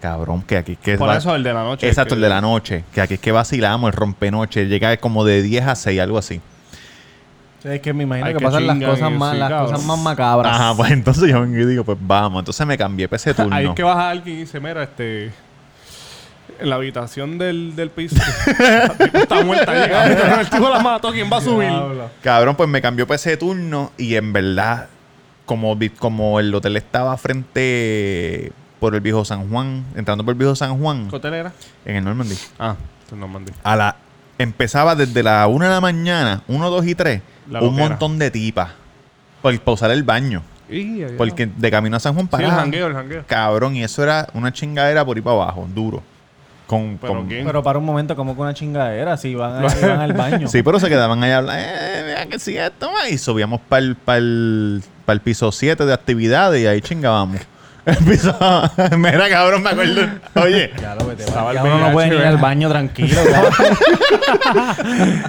Cabrón, que aquí es que...
Por
va-
eso el de la noche.
Exacto, el de la noche. Que aquí es que vacilamos, el rompenoche. Llega como de 10 a 6, algo así.
Es que me imagino
Ay,
que,
que
pasan las
chingan
cosas
y
más,
sí,
las
cabrón.
cosas más macabras.
Ajá, pues entonces yo vengo y digo, pues vamos. Entonces me cambié para ese
<laughs>
turno.
Ahí es que baja alguien y dice, mira, este... En la habitación del, del piso. <laughs> La tipa está muerta
<laughs>
llega. El tipo la mató. ¿Quién va a subir?
Diablo.
Cabrón, pues me cambió para ese turno y en verdad, como, vi- como el hotel estaba frente por el viejo San Juan, entrando por el viejo San Juan,
¿Cotelera?
en el Normandy,
Ah, entonces no mandé.
a la, empezaba desde la 1 de la mañana, 1, 2 y 3,
La
un
loquera.
montón de tipas por pausar el baño.
Y, adiós.
Porque de camino a San Juan
Sí, el
para
jangueo, el jangueo.
cabrón, y eso era una chingadera por ir para abajo, duro. Con,
Pero
con-
¿quién?
Pero para un momento, como que una chingadera,
<laughs>
si van, a- van al baño.
Sí, pero se quedaban allá hablando. Eh, mira que sí, esto, ma", Y subíamos para el, piso 7 de actividades y ahí chingábamos. <laughs> Empezaba. Mira, cabrón, me acuerdo.
<laughs>
Oye,
Ya lo vete.
Estaba el
ya uno no
VIH,
puede ni ir al
¿verdad?
baño
<laughs>
tranquilo. cabrón.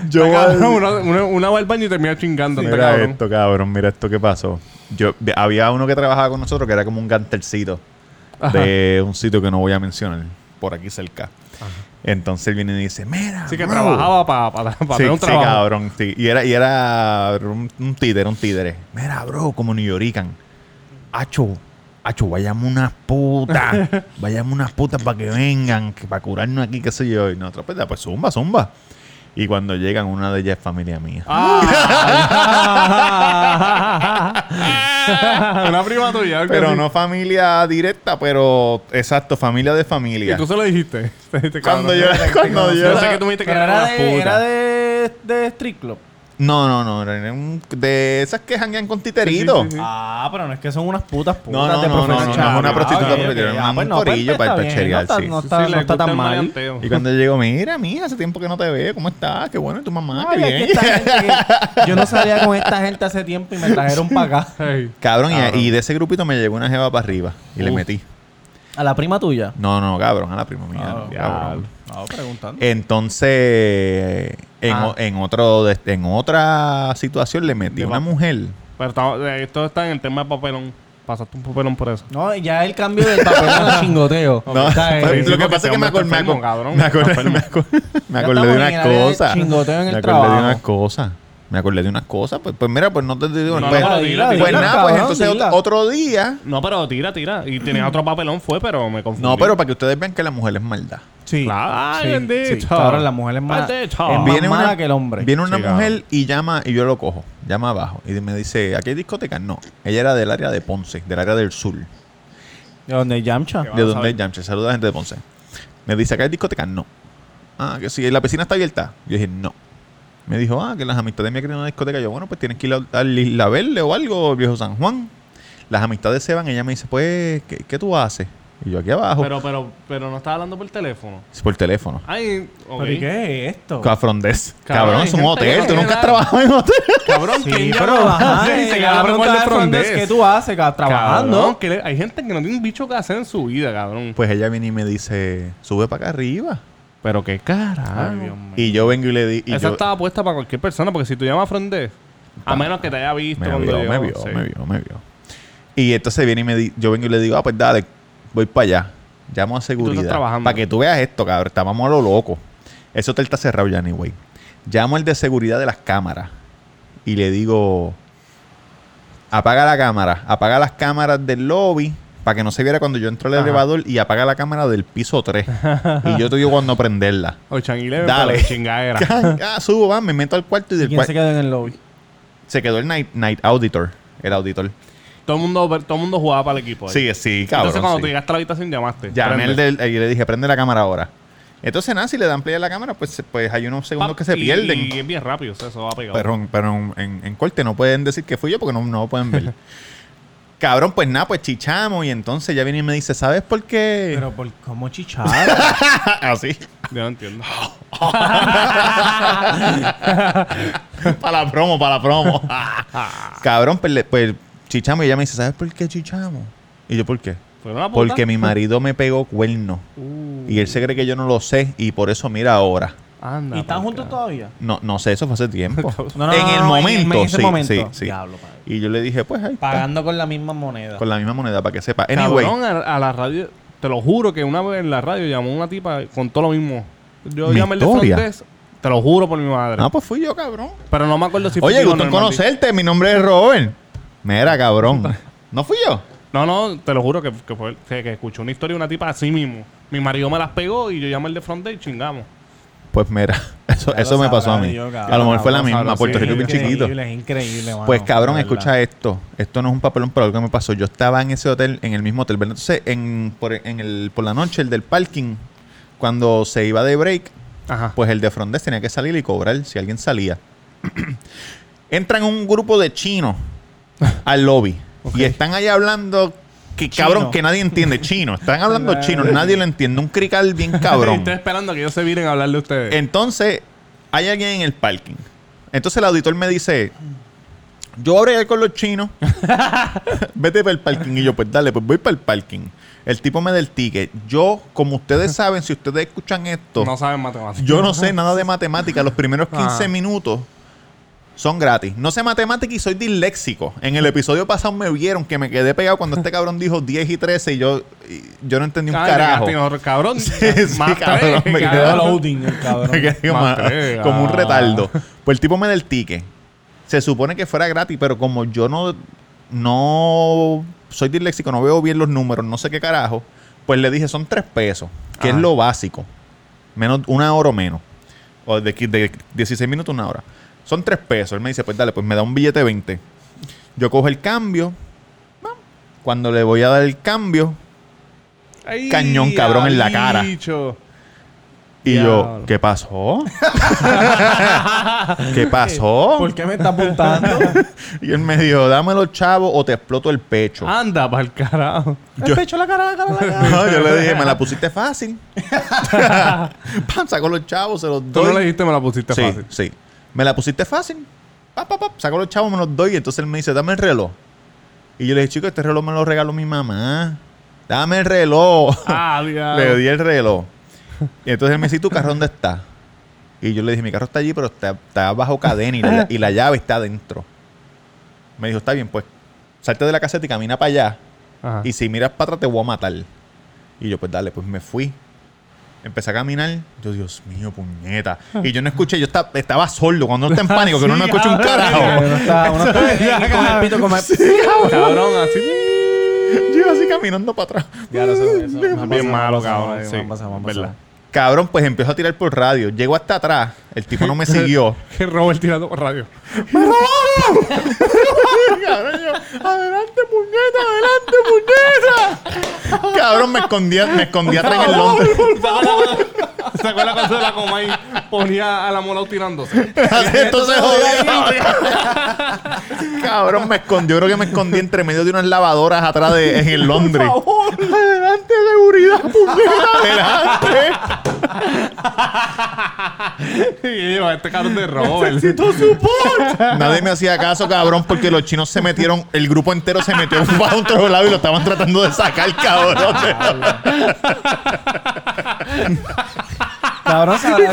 yo voy
Cabrón,
al-
una, una, una va al baño y termina chingando. este
Mira
cabrón.
esto, cabrón, mira esto que pasó. Yo, de- había uno que trabajaba con nosotros que era como un gantercito
Ajá.
de un sitio que no voy a mencionar, por aquí cerca. Entonces él viene y dice, mira.
Así que
bro".
trabajaba para para para
Sí,
tener un
sí,
trabajo.
cabrón. sí. Y era, y era un, un títere, un títere. Mira, bro, como New Yorican. Acho, acho, vayamos unas
<laughs>
putas. vayamos unas putas para que vengan, que para curarnos aquí, qué sé yo. Y nosotros, pues, pues zumba, zumba. Y cuando llegan, una de ellas es familia mía. <laughs>
Ah. una prima tuya. algo
Pero
así.
no familia directa, pero exacto, familia de familia.
Y tú se lo dijiste. <laughs> Este cabrón.
Cuando yo, cuando yo
Yo sé
era-
que tú me dijiste que
Pero
era una
era de,
puta.
era de, de Street Club.
No, no, no, era un- de esas que janguean con titerito.
Sí, sí, sí.
Ah, pero no es que son unas putas putas
No, no,
de
no, no,
profesor
no, no,
Chávez.
una prostituta,
Ah, ok, ok.
pero era
Ah,
un
pues no, pues
corillo
está
para- para
bien,
chequear,
no está-
sí.
No
Sí,
está,
sí,
no
le
está
gusta
tan
el
mal.
maleanteo.
Y cuando llegó, mira, mía, hace tiempo que no te veo, ¿cómo estás? Qué bueno, y tu mamá, qué
Ay,
Ah, bien.
es que esta gente que- yo no salía con esta gente hace tiempo y me trajeron para acá.
Hey.
<laughs> Cabrón, y- Y, de ese grupito me llegó una jeva para arriba y le
Uf.
metí.
A la prima tuya.
No, no, cabrón, a la prima mía.
Ah,
no, cabrón.
No, preguntando.
Entonces, en,
Ah.
o- en, otro, de- en otra situación le metí
De
una
pa-
mujer.
Pero estamos- eh, esto está en el tema de papelón. Pasaste un papelón por eso.
No, ya el cambio del papel al <laughs> chingoteo.
No, pues,
O
<laughs>
sea,
pero
eh,
sí,
lo que
porque
pasa
ese
es que me
hombre
acordé, me
está enfermo,
acor-
cabrón,
me
está
acordé,
enfermo. <laughs>
me acor-
Ya
me acordé de
estamos en
unas
área de
cosas.
chingoteo en el
me acordé de
trabajo.
unas cosas. Me acordé de unas cosas. Pues, pues mira, pues no te digo.
No,
pues
no,
pues
dila, dila,
nada,
cabrón,
pues entonces ot-
dila.
otro día.
No, pero tira, tira. Y tenía otro papelón, fue, pero me confundí.
No, pero para que ustedes vean que la mujer es maldad.
Sí.
Claro, ay,
sí,
bendito.
sí. Ahora la mujer es más, es
Maldito.
más
Viene
mala
una-
que el hombre.
Viene una
Sí, cabrón.
mujer y llama, y yo lo cojo. Llama abajo. Y me dice, ¿aquí hay discoteca? No. Ella era del área de Ponce, del área del sur.
¿De dónde es Yamcha?
Vamos
de
a
donde
ver.
es Yamcha. Saluda a la gente de Ponce. Me dice, ¿acá hay discoteca? No. Ah, que sí, la piscina está abierta. Yo dije, no. Me dijo, ah, que las amistades me quieren una discoteca. Yo, bueno, pues tienes que ir a- al Isla Verde o algo, viejo San Juan. Las amistades se van. Ella me dice, pues, ¿qué, qué tú haces? Y yo aquí abajo,
Pero, pero, pero no estaba hablando por teléfono.
por teléfono.
Ay, ok.
¿Pero y qué es esto?
Cafrondés.
Cabrón,
Cabrón, es
hay
un
gente
hotel.
que
Tú
le
nunca has
da-
trabajado en hotel.
Cabrón, ¿quién
Sí,
ya
pero
lo-
ajá,
Sí,
eh,
se
la
llama
pregunta
Juan
de fondo es,
Fernández.
¿qué tú haces?
Cabrón,
ca- ¿Trabajando?
que le- hay gente que no tiene un bicho que hacer en su vida, cabrón.
Pues ella viene y me dice, sube para acá arriba.
Pero qué cara.
Ay, Dios mío.
Y yo vengo y le di. Y
Esa
yo,
estaba puesta para cualquier persona, porque si tú llamas a Frondes, a
Pa-
menos que te haya visto
me
cuando
vio,
llegó,
me vio,
sí.
me vio, me vio. Y entonces viene y me di- yo vengo y le digo, ah, pues dale, voy para allá. Llamo a seguridad.
trabajando.
Para que tú veas esto, cabrón. Estábamos a lo loco. Ese hotel está cerrado ya, anyway. Llamo al de seguridad de las cámaras y le digo, apaga la cámara, apaga las cámaras del lobby para que no se viera cuando yo entro al
Ajá.
elevador y apaga la cámara del piso 3. y yo te digo cuando prenderla.
O Changuile,
Dale.
pero
<laughs>
chingadera.
ah, subo, va, me meto al cuarto y
¿Y
del
quién
cuarto
se quedó en el lobby?
se quedó el night, night auditor. El auditor.
todo, el mundo, todo el mundo jugaba para el equipo. ahí.
Sí, sí, cabrón.
Entonces, cuando
sí.
tú llegaste a la habitación, llamaste.
Llamé
Prende.
al del- y le dije, prende la cámara ahora. Entonces, nada, si le dan play a la cámara, pues, pues hay unos segundos
Pap,
que se
y-
pierden.
Y es bien rápido, o sea, eso va pegado.
Pero, pero en, en corte no pueden decir que fui yo porque no, no
<laughs>
pueden ver. cabrón, pues nada, pues chichamos. Y entonces ya viene y me dice, ¿sabes por qué?
Pero por cómo chichar.
<laughs> Así,
Yo no
<gasps>
entiendo.
para la promo, para la promo. <laughs> cabrón, pues, le- pues chichamos. Y ella me dice, ¿sabes por qué chichamos? Y yo, ¿por qué?
Fue una puta.
Porque mi marido me pegó cuerno.
Uh,
Y él se cree que yo no lo sé y por eso mira ahora.
anda, pues.
¿Y están
pa'l
juntos
carajo.
todavía?
No, no sé, eso fue hace tiempo.
<laughs> No, no,
en
no,
el
no,
momento,
en ese
sí,
momento.
sí, sí.
Diablo, padre.
Y yo le dije, pues ahí está,
Pagando con la misma moneda.
con la misma moneda para que sepa. Anyway,
Cabrón, a, a la radio. Te lo juro que una vez en la radio llamó una tipa con todo lo mismo. Yo
Mi
llamé
historia.
el de Frontes. Te lo juro por mi madre.
no, pues fui yo, cabrón.
Pero no me acuerdo si
Oye,
contigo
gusto en
o Normandy.
conocerte, mi nombre es Robert.
<laughs>
Mira, cabrón. ¿No fui yo?
No, no, te lo juro que, que, fue- que- que escuché una historia de una tipa así mismo. Mi marido me las pegó y yo llamé el de Frontes y chingamos.
Pues mira, <laughs> eso,
Ya
eso
lo
me pasó a
sabrá
mí.
Dios, cabrón.
a lo mejor fue la
Cabrón,
misma,
sabrá,
Puerto
sí,
Rico es bien
increíble,
chiquito.
Es increíble, mano,
Pues cabrón,
de verdad.
escucha esto. Esto no es un papelón, pero algo que me pasó. Yo estaba en ese hotel, en el mismo hotel. ¿verdad? Entonces, en, por, en el, por la noche, el del parking, cuando se iba de break,
Ajá.
pues el de Frondes tenía que salir y cobrar si alguien salía. <clears throat> Entran un grupo de
<laughs>
chinos al lobby y están ahí hablando que
Chino.
cabrón que nadie entiende chino.
<laughs>
Están hablando chino, nadie lo entiende. Un crical bien
<laughs>
Pues, cabrón.
Estoy esperando que ellos se vienen a hablar de ustedes.
Entonces, hay alguien en el parking. Entonces el auditor me dice, Yo voy a bregar con
<laughs>
los chinos. Vete para el parking. Y yo, pues dale, pues voy para el parking. El tipo me da el ticket. Yo,
<laughs>
como ustedes saben, si ustedes escuchan esto,
No saben matemáticas.
yo no sé nada de matemática.
<laughs>
Los primeros 15
Ah.
minutos son gratis. No sé matemática y soy disléxico. En el episodio pasado me vieron que me quedé pegado
<laughs>
cuando este cabrón dijo 10 y 13 y yo, y yo no entendí un
Ah,
carajo.
llegaste, no, cabrón.
<laughs> sí,
Más
cabrón,
tres,
me
cabrón.
Quedó loading el
<laughs>
cabrón.
Me quedé
Más
como-
tres, ah.
como un retardo. Pues el tipo me da el ticket. Se supone que fuera gratis, pero como yo no, no soy disléxico, no veo bien los números, no sé qué carajo, pues le dije, son tres pesos, que
Ajá.
es lo básico. Menos, una hora o menos. O de, qui- de 16 minutos, una hora. Son tres pesos. Él me dice, pues dale, pues me da un billete de 20. Yo cojo el cambio. Cuando le voy a dar el cambio,
Ay,
Cañón, cabrón, en la cara.
bicho.
y yo,
Diablo.
¿qué pasó? ¿Qué pasó?
¿Por qué me está apuntando?
Y él me dijo, dámelo, chavo, o te exploto el pecho.
Anda, para el carajo.
<laughs> Yo-
el pecho, la cara, la cara, la cara.
<laughs> No, yo le dije, me la pusiste fácil. Pam, sacó los chavos, se los
Tú no le
doy.
dijiste, me la pusiste
sí,
fácil.
sí. Me la pusiste fácil. Pa, pa, pa, sacó los chavos, me los doy. Y entonces él me dice, dame el reloj. Y yo le dije, chico, este reloj me lo regaló mi mamá. Dame el reloj.
Ah, diablo.
Le di el reloj. Y entonces él me dice, ¿y tu carro dónde está? Y yo le dije, mi carro está allí, pero está, está bajo cadena y la, y la llave está adentro. Me dijo, está bien, pues salte de la caseta y camina para allá.
Ajá.
Y si miras para atrás te voy a matar. Y yo, pues dale, pues me fui. Empecé a caminar. Yo, Dios mío, puñeta. Y yo no escuché, yo estaba, estaba sordo. Cuando uno está en <laughs> pánico, que uno no
Sí,
escucha un
cabrón.
carajo. <laughs>
Uno está, uno está y con el pito como...
Cabrón, así.
Yo iba así caminando para atrás.
Ya lo sé, eso. me ha
Bien malo,
pasado, me ha pasado,
cabrón,
me ha
sí.
pasado, me ha
Verdad.
pasado.
Cabrón, pues empiezo a tirar por radio. Llego hasta atrás. El tipo <laughs> no me siguió.
Que <laughs> Robert tirando por radio.
Cabrón, yo, adelante, puñeta, adelante, puñeta. Cabrón, me escondía, me escondía atrás en el Londres.
<laughs> Sacó la cosa de la coma y ponía a la mola
<laughs>
tirándose.
Así, entonces jodía. <laughs> Cabrón, me escondió. Creo que me escondí entre medio de unas lavadoras atrás de, en el
<laughs>
Londres. <laughs> adelante, seguridad, puñeta, adelante.
y yo, este cabrón de Robert.
Nadie me hacía caso, cabrón, porque los chinos se metieron, el grupo entero se metió <laughs> para otro lado y lo estaban tratando de sacar, cabrón.
Cabrón, ¿sabrá-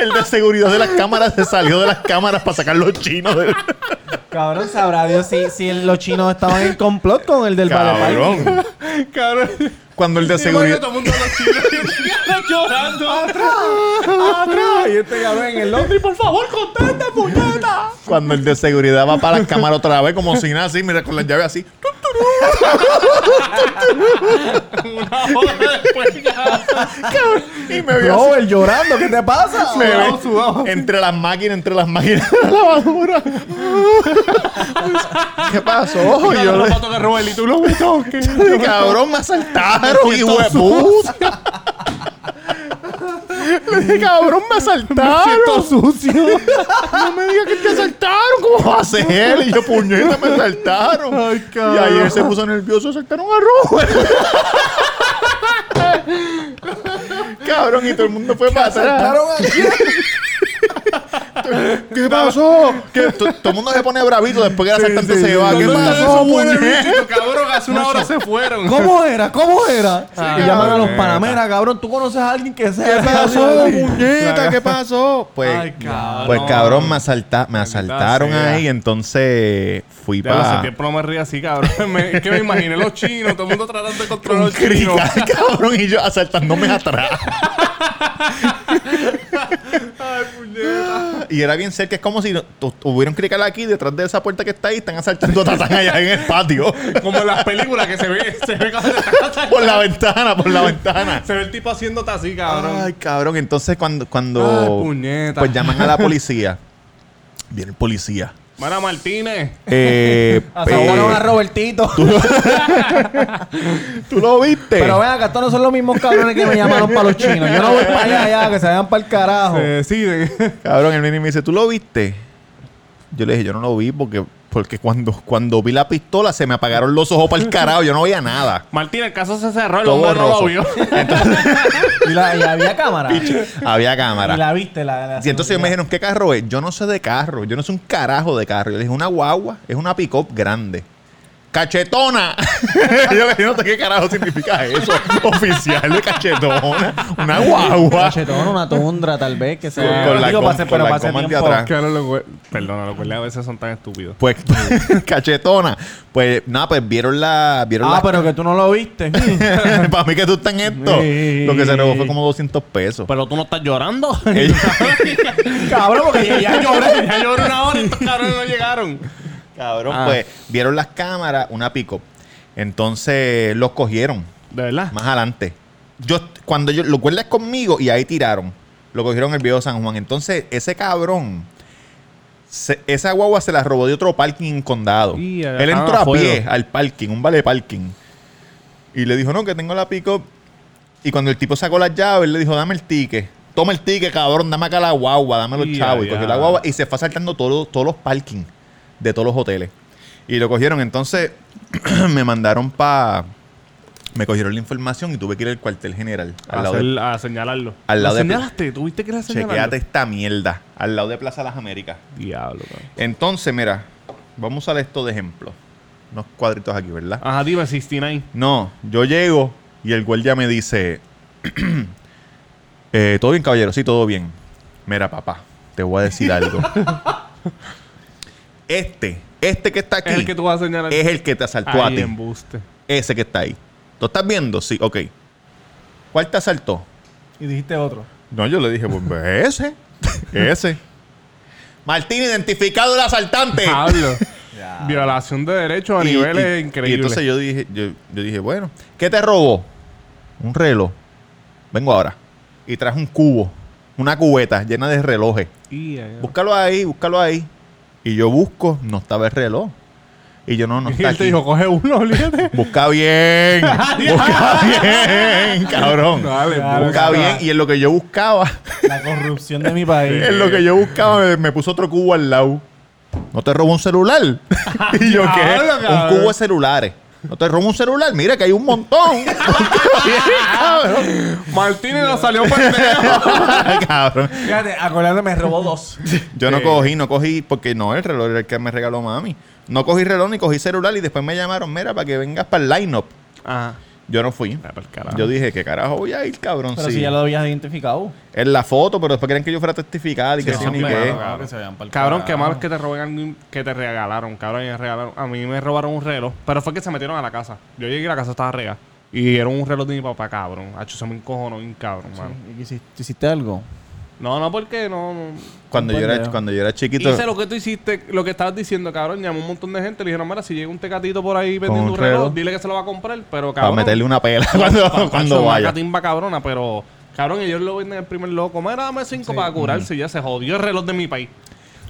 El de seguridad de las cámaras se salió de las cámaras para sacar los chinos. del-
Cabrón, sabrá Dios si, si los chinos estaban en complot con el del Vale
Cabrón.
cabrón.
Cuando el de
Seguridad.
seguridad.
Todo el mundo los
<laughs>
chinos y llorando.
Parking. Y este cabrón en el Londres, por favor, contesta, <laughs> puñeta.
Cuando el de seguridad va para la cámara otra vez, como si nada, así, mira, con la llave así.
Una hora después, cabrón.
Y me vio así.
Robert llorando, ¿qué te pasa?
Me
Sudado,
ve
sudado.
Entre las máquinas, entre las máquinas de la lavadora. <laughs> ¿Qué
Pues
pasó?
Yo
Yo
los
le
patos de Robert y tú los toques.
<laughs> dije, cabrón, me asaltaron, hijo de puta. <laughs> Le dije, cabrón, me asaltaron.
sucio.
<laughs> No me digas que te asaltaron. ¿Cómo va a ser? Y yo, puñeta, me asaltaron. y ahí él se puso nervioso, asaltaron a <laughs> Robert. cabrón, y todo el mundo fue para atrás.
Cabrón, aquí.
¿Qué pasó? Que to- todo el mundo se pone bravito después que el asaltante se va. ¿Qué
¿Dónde están
pasó,
esos buenos
muñeca?
bichitos, cabrón? Hace una hora se fueron.
¿Cómo era? ¿Cómo era? y llaman a los
cabrón.
panameras, cabrón. ¿Tú conoces a alguien que sea?
¿Qué pasó, muñeca? ¿Qué pasó? Pues,
Ay, cabrón.
pues cabrón, me, asalta- me
Maldita
asaltaron
sea.
ahí. Entonces fui
Ya lo sé,
Ah.
para. <laughs>
tiempo no me ría así, cabrón. <laughs> Me, es que me imaginé los chinos, todo el mundo tratando de controlar los chinos. <laughs>
Crical, cabrón, y yo asaltándome atrás.
Ay, puñeta.
Y era bien cerca, es como si no- tu- hubiera un crical aquí, detrás de esa puerta que está ahí, están asaltando <laughs> a Tatán allá en el patio. <laughs>
Como en las películas que se ve, se ve cuando se-
Por la ventana, por la ventana.
se ve el tipo haciéndote así, cabrón.
Ay, cabrón. Entonces, cuando. cuando
Ay, puñeta.
Pues llaman a la policía. <laughs> Viene el policía.
Mara Martínez.
Eh,
Asabonaron
eh,
a Robertito.
Tú lo viste.
Pero ven acá, estos no son los mismos cabrones que me llamaron para los chinos. Yo no voy
Eh,
para allá, allá, que se vayan para el carajo.
deciden.
Cabrón, el nene me dice, ¿tú lo viste? Yo le dije, yo no lo vi porque, porque cuando, cuando vi la pistola se me apagaron los ojos para el carajo. Yo no veía nada.
Martín, el caso se cerró, el
Todo
hombre no lo
borroso.
vio.
<laughs>
Y, la, y había cámara. y
Había cámara.
la viste. La, la-
Y entonces me dijeron, ¿qué carro es? Yo no sé de carro. Yo no sé un carajo de carro. Yo le dije, una guagua. Es una pick-up grande. ¡Cachetona! <laughs> yo le dije, no sé qué carajo significa eso. <laughs> Oficial de cachetona.
<laughs>
Una guagua.
Cachetón, una tundra, tal vez. Que sea.
con la
Digo,
com-
pase-
con
pero
la
pase
coma de
tiempo.
atrás.
Claro, los güey- Perdona, los güeyes a veces son tan estúpidos.
Pues, <laughs> cachetona. Pues, nada, pues vieron la... Vieron
Ah,
la-
pero que tú no lo <laughs> viste.
<laughs> Para mí que tú estás en esto.
Sí.
Lo que se robó fue como 200 pesos. <laughs>
Pero tú no estás llorando.
Ella-
Cabrón, porque ya- ya
<laughs>
lloré.
ya lloré una hora y estos cabrones no llegaron.
Cabrón,
Ah.
pues vieron las cámaras, una pick-up. Entonces los cogieron
De verdad.
más adelante. Yo, cuando yo, lo cuerdas conmigo y ahí tiraron. Lo cogieron el viejo San Juan. Entonces, ese cabrón, se- esa guagua se la robó de otro parking en condado.
Y
Él entró
agarraron
a
a fuego.
pie al parking, un vale parking. Y le dijo, no, que tengo la pick-up. Y cuando el tipo sacó las llaves, él le dijo, dame el ticket. Toma el ticket, cabrón, dame acá la guagua, dame los
Y
chavos. Y
ya, ya.
cogió la guagua y se fue saltando todo- todos los parkings de todos los hoteles. Y lo cogieron. Entonces, <clears throat> me mandaron para... Me cogieron la información y tuve que ir al cuartel general. Al
A,
lado
hacer-
de,
a señalarlo.
Al lado
¿Lo
de-
señalaste? ¿Tuviste que la señalarlo?
chequeate esta mierda. Al lado de Plaza Las Américas.
Diablo, cabrón.
Entonces, mira, vamos a usar esto de ejemplo. Unos cuadritos aquí, ¿verdad?
Ajá, dime, 69.
No, yo llego y el guardia me dice, <clears throat> eh, todo bien caballero, sí, todo bien. Mira, papá, te voy
<laughs>
a decir algo. Este, este que está aquí,
Es el que tú vas a señalar.
es el que te asaltó
Ay,
a ti.
embuste.
Ese que está ahí. ¿Lo estás viendo? Sí, ok. ¿Cuál te asaltó?
Y dijiste otro.
No, yo le dije, pues ve ese, ese. Martín, identificado el <laughs> asaltante.
Pablo. Violación de derechos a
Y-
niveles
y-
increíbles.
Y entonces yo dije, yo, yo dije, bueno, ¿qué te robó? Un reloj. Vengo ahora. Y traje un cubo, una cubeta llena de relojes.
Y, ay, ay.
Búscalo ahí, búscalo ahí. Y yo busco, no estaba el reloj. <laughs> Y yo no, no
Y <laughs>
está
él te
aquí.
dijo, coge uno, olvídate.
Busca <laughs> bien. busca bien, cabrón.
Dale,
Claro,
busca
cabrón.
bien. Y en lo que yo buscaba,
La corrupción de mi país.
<laughs> en lo que yo buscaba, me, me puso otro cubo al lado. ¿No te robó un celular? <laughs> y yo, ¿qué?
Diablo,
Un
cabrón.
cubo de celulares. ¿No te robó un celular? Mira que hay un montón. <laughs>
pues. Martínez nos salió <laughs> pendejo.
Cabrón.
Fíjate, acordándome, robó dos.
Yo no cogí, no cogí, porque no, el reloj era el que me regaló mami. No cogí reloj ni cogí celular y después me llamaron, mira, para que vengas para el line-up.
Ajá.
Yo no fui.
Ah, pa'l carajo.
Yo dije, ¿qué carajo voy a ir, cabrón?
Pero
Sí.
si ya lo habías identificado.
En la foto, pero después querían que yo fuera a testificar y que sí
no,
ni
hombre,
qué.
no,
que se vayan pa'l
Cabrón, qué
carajo.
malo es que te roben algo que te regalaron, cabrón, y me regalaron. A mí me robaron un reloj, pero fue que se metieron a la casa. Yo llegué y la casa estaba rega. Y era un reloj de mi papá, cabrón. Hacho, se me encojonó bien cabrón,
Ah.
mano.
¿Y qué hiciste? ¿Hiciste algo?
No, no, porque no, no.
Cuando yo, era,
Pendejo.
cuando yo era chiquito,
Hice lo que tú hiciste, lo que estabas diciendo, cabrón. Llamó un montón de gente. Le dijeron, mira, si llega un tecatito por ahí vendiendo un
un
reloj,
reloj.
dile que se lo va a comprar. Pero,
para
cabrón.
meterle una pela <laughs> cuando,
Hacho,
cuando
Ah, una
vaya.
catimba cabrona, pero... Cabrón, ellos lo venden el primer loco. Mira, dame cinco para curarse. y Ya se jodió el reloj de mi país.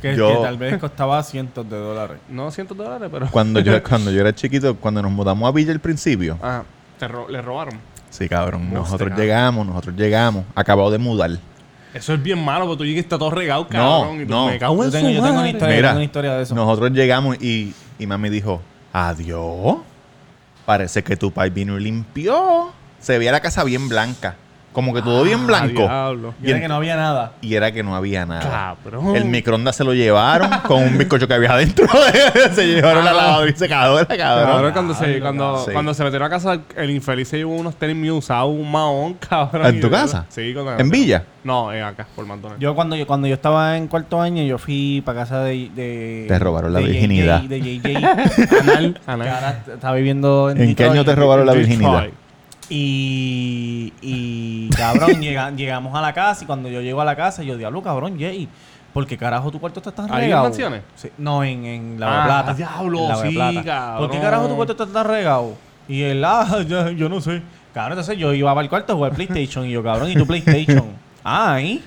Que,
Yo-
que tal vez costaba cientos de dólares.
No cientos de dólares, pero... <laughs>
Cuando yo, cuando yo era chiquito, cuando nos mudamos a Villa al principio.
Ah, te ro- le robaron.
Sí, cabrón.
Hostia,
Nosotros
cabrón.
llegamos, nosotros llegamos. Acabado de mudar.
Eso es bien malo, porque tú llegas y está todo regado, cabrón. y tú,
no.
Me cago
Yo
en
tengo,
su
yo tengo una
madre.
historia, yo
Mira,
tengo una historia de eso.
Nosotros llegamos y, y mami dijo, adiós. Parece que tu pai vino y limpió. Se veía la casa bien blanca. Como que todo bien
Ah,
blanco.
diablo.
Y era que no había nada.
Y era que no había nada.
Cabrón.
El microondas se lo llevaron con un bizcocho que había adentro. <laughs> se llevaron la lavadora y secadora,
Cabrón,
cabrón.
cuando se, cuando,
Sí.
cuando se metieron a casa, el infeliz se llevó unos tenis míos usados, un maón, cabrón.
¿En
y
tu
de
casa?
verdad- Sí, cuando-
¿En Villa?
No, en acá, por McDonald's.
Yo cuando yo cuando yo estaba en cuarto año, yo fui para casa de, de
Te robaron la
de JJ,
virginidad.
de JJ.
<laughs>
Anal,
Anal.
que ahora está viviendo en
¿En qué año
Detroit.
te robaron la
Detroit.
virginidad?
Y, y cabrón, <laughs> llega- llegamos a la casa y cuando yo llego a la casa, yo diablo, cabrón, Jay, ¿por qué carajo tu cuarto está tan
¿Ahí en
regado?
Mansiones?
Sí, no, en, en la
Ah,
Plata.
diablo,
En Lava de
sí,
¿Por qué
cabrón.
carajo tu cuarto está tan regado? Y él, ah, <laughs> yo, yo no sé. Cabrón, entonces yo iba para el cuarto a jugar PlayStation y yo, cabrón, ¿y
<laughs>
tu PlayStation? ah, ahí.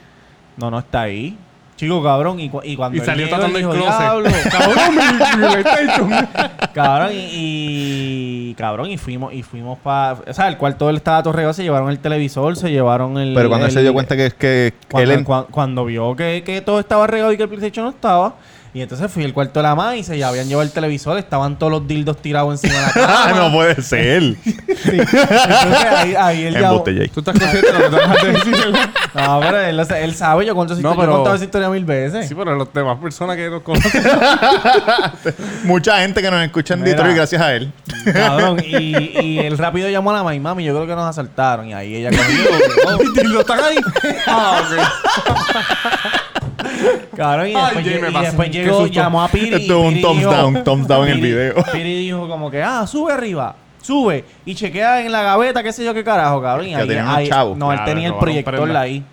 No, no está ahí. Chico, cabrón, y, cu- y cuando
Y
él
salió
llegó,
tratando
él
el
dijo,
closet.
"Diablo".
Cabrón, mi, mi PlayStation.
Cabrón, y, y- cabrón, y fuimos, y fuimos para. O sea, el cuarto él estaba torreo, se llevaron el televisor, se llevaron el.
Pero cuando él se
el-
dio cuenta que, que
Cuando,
él en-
cua- cuando vio que, que todo estaba regado y que el PlayStation no estaba, Y entonces fui al cuarto de la maíz y habían llevado el televisor, estaban todos los dildos tirados encima de
<laughs>
la
Ah,
cama.
no
<laughs>
puede ser.
Sí. Entonces ahí, ahí él ya...
Embuste, Jake.
Tú estás consciente de lo que te
<laughs>
vas a decir.
No, pero él, lo sa- él sabe, yo cuento esa
No,
historia, yo
pero-
he contado esa historia mil veces.
Sí, pero las demás personas que nos conocen.
Mucha gente que nos escucha en
Mira.
Detroit gracias a él.
Cabrón. Y, y él rápido llamó a la mami, mami, yo creo que nos asaltaron. Y ahí ella
<laughs>
cogió.
¿Lo están ahí? Ah, ok.
<laughs> Cabrón, y
Ay,
después,
Jay,
lle-
me
y
pasó
después
un- qué
llegó,
susto.
llamó a Piri. y
Esto es un
Piri
thumbs
dijo-
down, thumbs down en el
Piri-
video.
<laughs> Piri dijo como que, ah, sube arriba, sube. Y chequea en la gaveta, qué sé yo qué carajo, cabrón. Y
Que tenían unos
ahí-
chavos.
No, él
Claro,
tenía el
robaron
proyector
prendas.
ahí.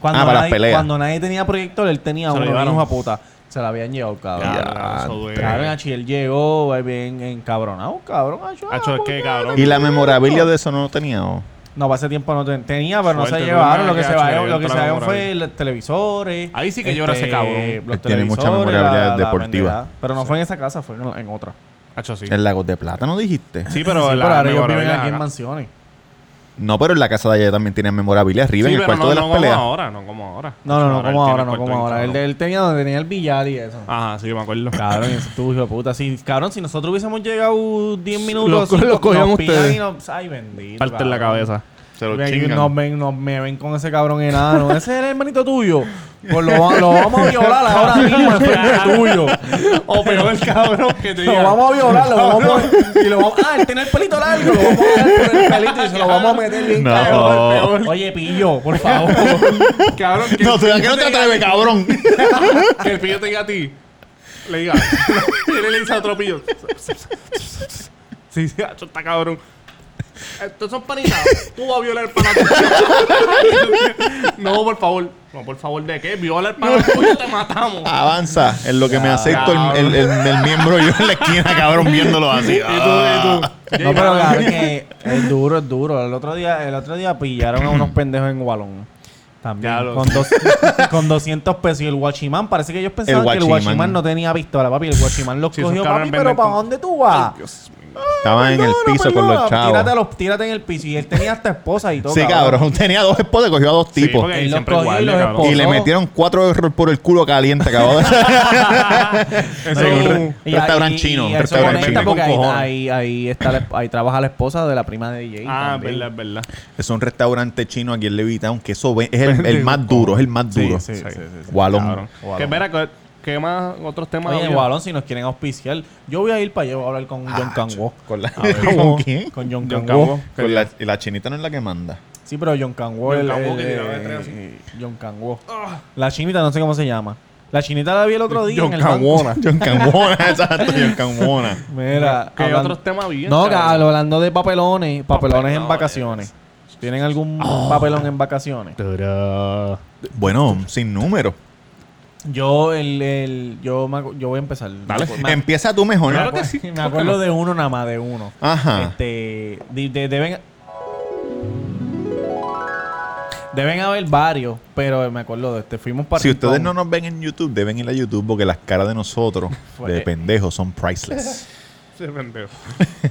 Cuando,
Ah, para las
nadie,
peleas.
cuando nadie tenía proyector, él tenía
Se lo
uno,
llevaron.
hijo de puta. Se la habían llevado, cabrón.
Ya,
eso duele.
Cabrón, achi, él llegó eh, bien encabronado, cabrón. acho,
<laughs>
ah,
Acho, es
¿por
que,
qué?
cabrón.
Y la memorabilia de eso no lo tenía. ¿o?
No, para ese tiempo no ten- tenía, pero no
Suerte,
se llevaron.
tú,
Lo que se
macho,
llevaron,
yo
lo que se
entraba
llevaron
por
fue
ahí.
los televisores. este,
Ahí sí que llora ese cabrón.
los
Tiene mucha
televisores,
memorabilidad deportiva.
vendedora. Pero no fue en esa casa, fue en, en otra.
Hacho, sí.
En Lagos de Plata, ¿no dijiste?
Sí, pero
Sí,
la
pero ahora ellos viven
memorabilia
aquí en
acá.
mansiones.
No, pero en la casa de allá también tienen memorabilia arriba
Sí,
en el
pero
cuarto
no,
de las
no como
peleas.
ahora, no como ahora.
No, no, no, como
él
ahora,
tiene
no
el
como
cuarto
ahora.
bien
El, de- él tenía donde tenía el billar y eso.
cabrón. Ajá, sí, yo me acuerdo.
Cabrón, eso estuvo hijo de puta. Si, cabrón, si nosotros hubiésemos llegado 10 minutos,
Los co-
cinco,
los cogían
nos pillan
ustedes.
y nos- ay, bendito.
Parte en la
cabrón. <laughs>
cabeza.
Se
Me,
<laughs>
nos ven, nos- me ven con ese cabrón enano. Ese es el hermanito tuyo. Pues lo, va- lo vamos a violar ahora mismo en frente tuyo. Oh,
O peor el cabrón que te
Lo vamos a violar, lo vamos a... Y lo vamos... Ah, él tiene el pelito largo. Lo vamos a dar por el pelito y se lo vamos a meter bien
No.
cabrón. Oye, pillo,
<laughs>
por favor.
Cabrón, que,
No, tú que no te atreves, cabrón.
que el pillo te diga a ti. Le diga. y él le dice a otro pillo. sí, sí, hacho, está cabrón. Estos son panitas. Tú vas a violar el pana tuyo. No, por favor. No, por favor, ¿de qué? Viola el pana tuyo, te matamos.
Avanza en lo que me acepto el, el- el- el miembro yo en la esquina, cabrón, viéndolo
<laughs>
así. Ah.
No, pero cabrón, que es duro, es duro. El otro día, el otro día pillaron a unos pendejos en Walón. También.
Ya lo-
Con, dos- <laughs> con 200 pesos. Y el guachimán, parece que ellos pensaban que el
guachimán.
guachimán no tenía pistola, papi. El guachimán los
Sí, esos
cogió,
cabrones
papi, pero
venden
¿para
con-
dónde tú vas?
Dios mío.
Estaba en el
Perdona,
pues
piso con
perdona.
los
Tírate, a
chavos.
los- tírate en el piso. Y él tenía hasta esposa y todo.
Sí, cabrón. Tenía dos esposas, cogió a dos
Sí,
tipos.
porque
Él los
siempre
cogió y
guardia,
los
cabrón.
esposó.
y le
¿no?
metieron cuatro errores por el culo caliente,
<laughs>
cabrón.
Eso
Sí,
es un-
re- restaurante chino,
Y eso
restaurante
conecta
chino.
porque ahí,
Con cojones.
ahí, ahí está la- ahí trabaja la esposa de la prima de DJ.
Ah, es
también.
verdad, es verdad.
es un restaurante chino aquí en Levitown, que eso ve- es el, el más duro, es el más duro.
Sí, sí, sí, sí.
Gualón.
Cabrón.
Gualón.
Que espera, que- que más otros temas?
Oye,
había?
Gualón, si nos quieren auspiciar, yo voy a ir para allá voy a hablar con John
Ah,
Cango.
¿Con,
<laughs>
la,
¿Con
¿Con quién?
Con John
John
Cango.
Cango.
Con la, y la chinita no es la que manda.
Sí, pero John Cango.
John
el-
Cango que
el-
tiraba de tres así.
eh, John Cango.
Ah.
La chinita, no sé cómo se llama. La chinita la vi el otro día.
John
en el banco.
Cango.
<laughs>
John Cangona, <laughs> exacto, John Cangona.
Mira,
¿Qué
hablan-
otros temas había?
No,
cabrón?
ca- hablando de papelones, papelones, en
Papelones.
vacaciones. ¿Tienen algún papelón en vacaciones?
Bueno, sin número.
Yo, el, el- yo, me acu- yo voy a empezar.
Dale.
Me, acu-
Empieza tú mejor.
Claro
me
que sí.
acu- <laughs> me acuerdo de uno nada más, de uno.
Ajá.
Este, de- de- deben, deben haber varios, pero me acuerdo de este. Fuimos para
Si ustedes
Rincón.
no nos ven en YouTube, deben ir a YouTube porque las caras de <laughs> nosotros,
Fue-
de pendejos, son <laughs> priceless.
Sí, pendejo.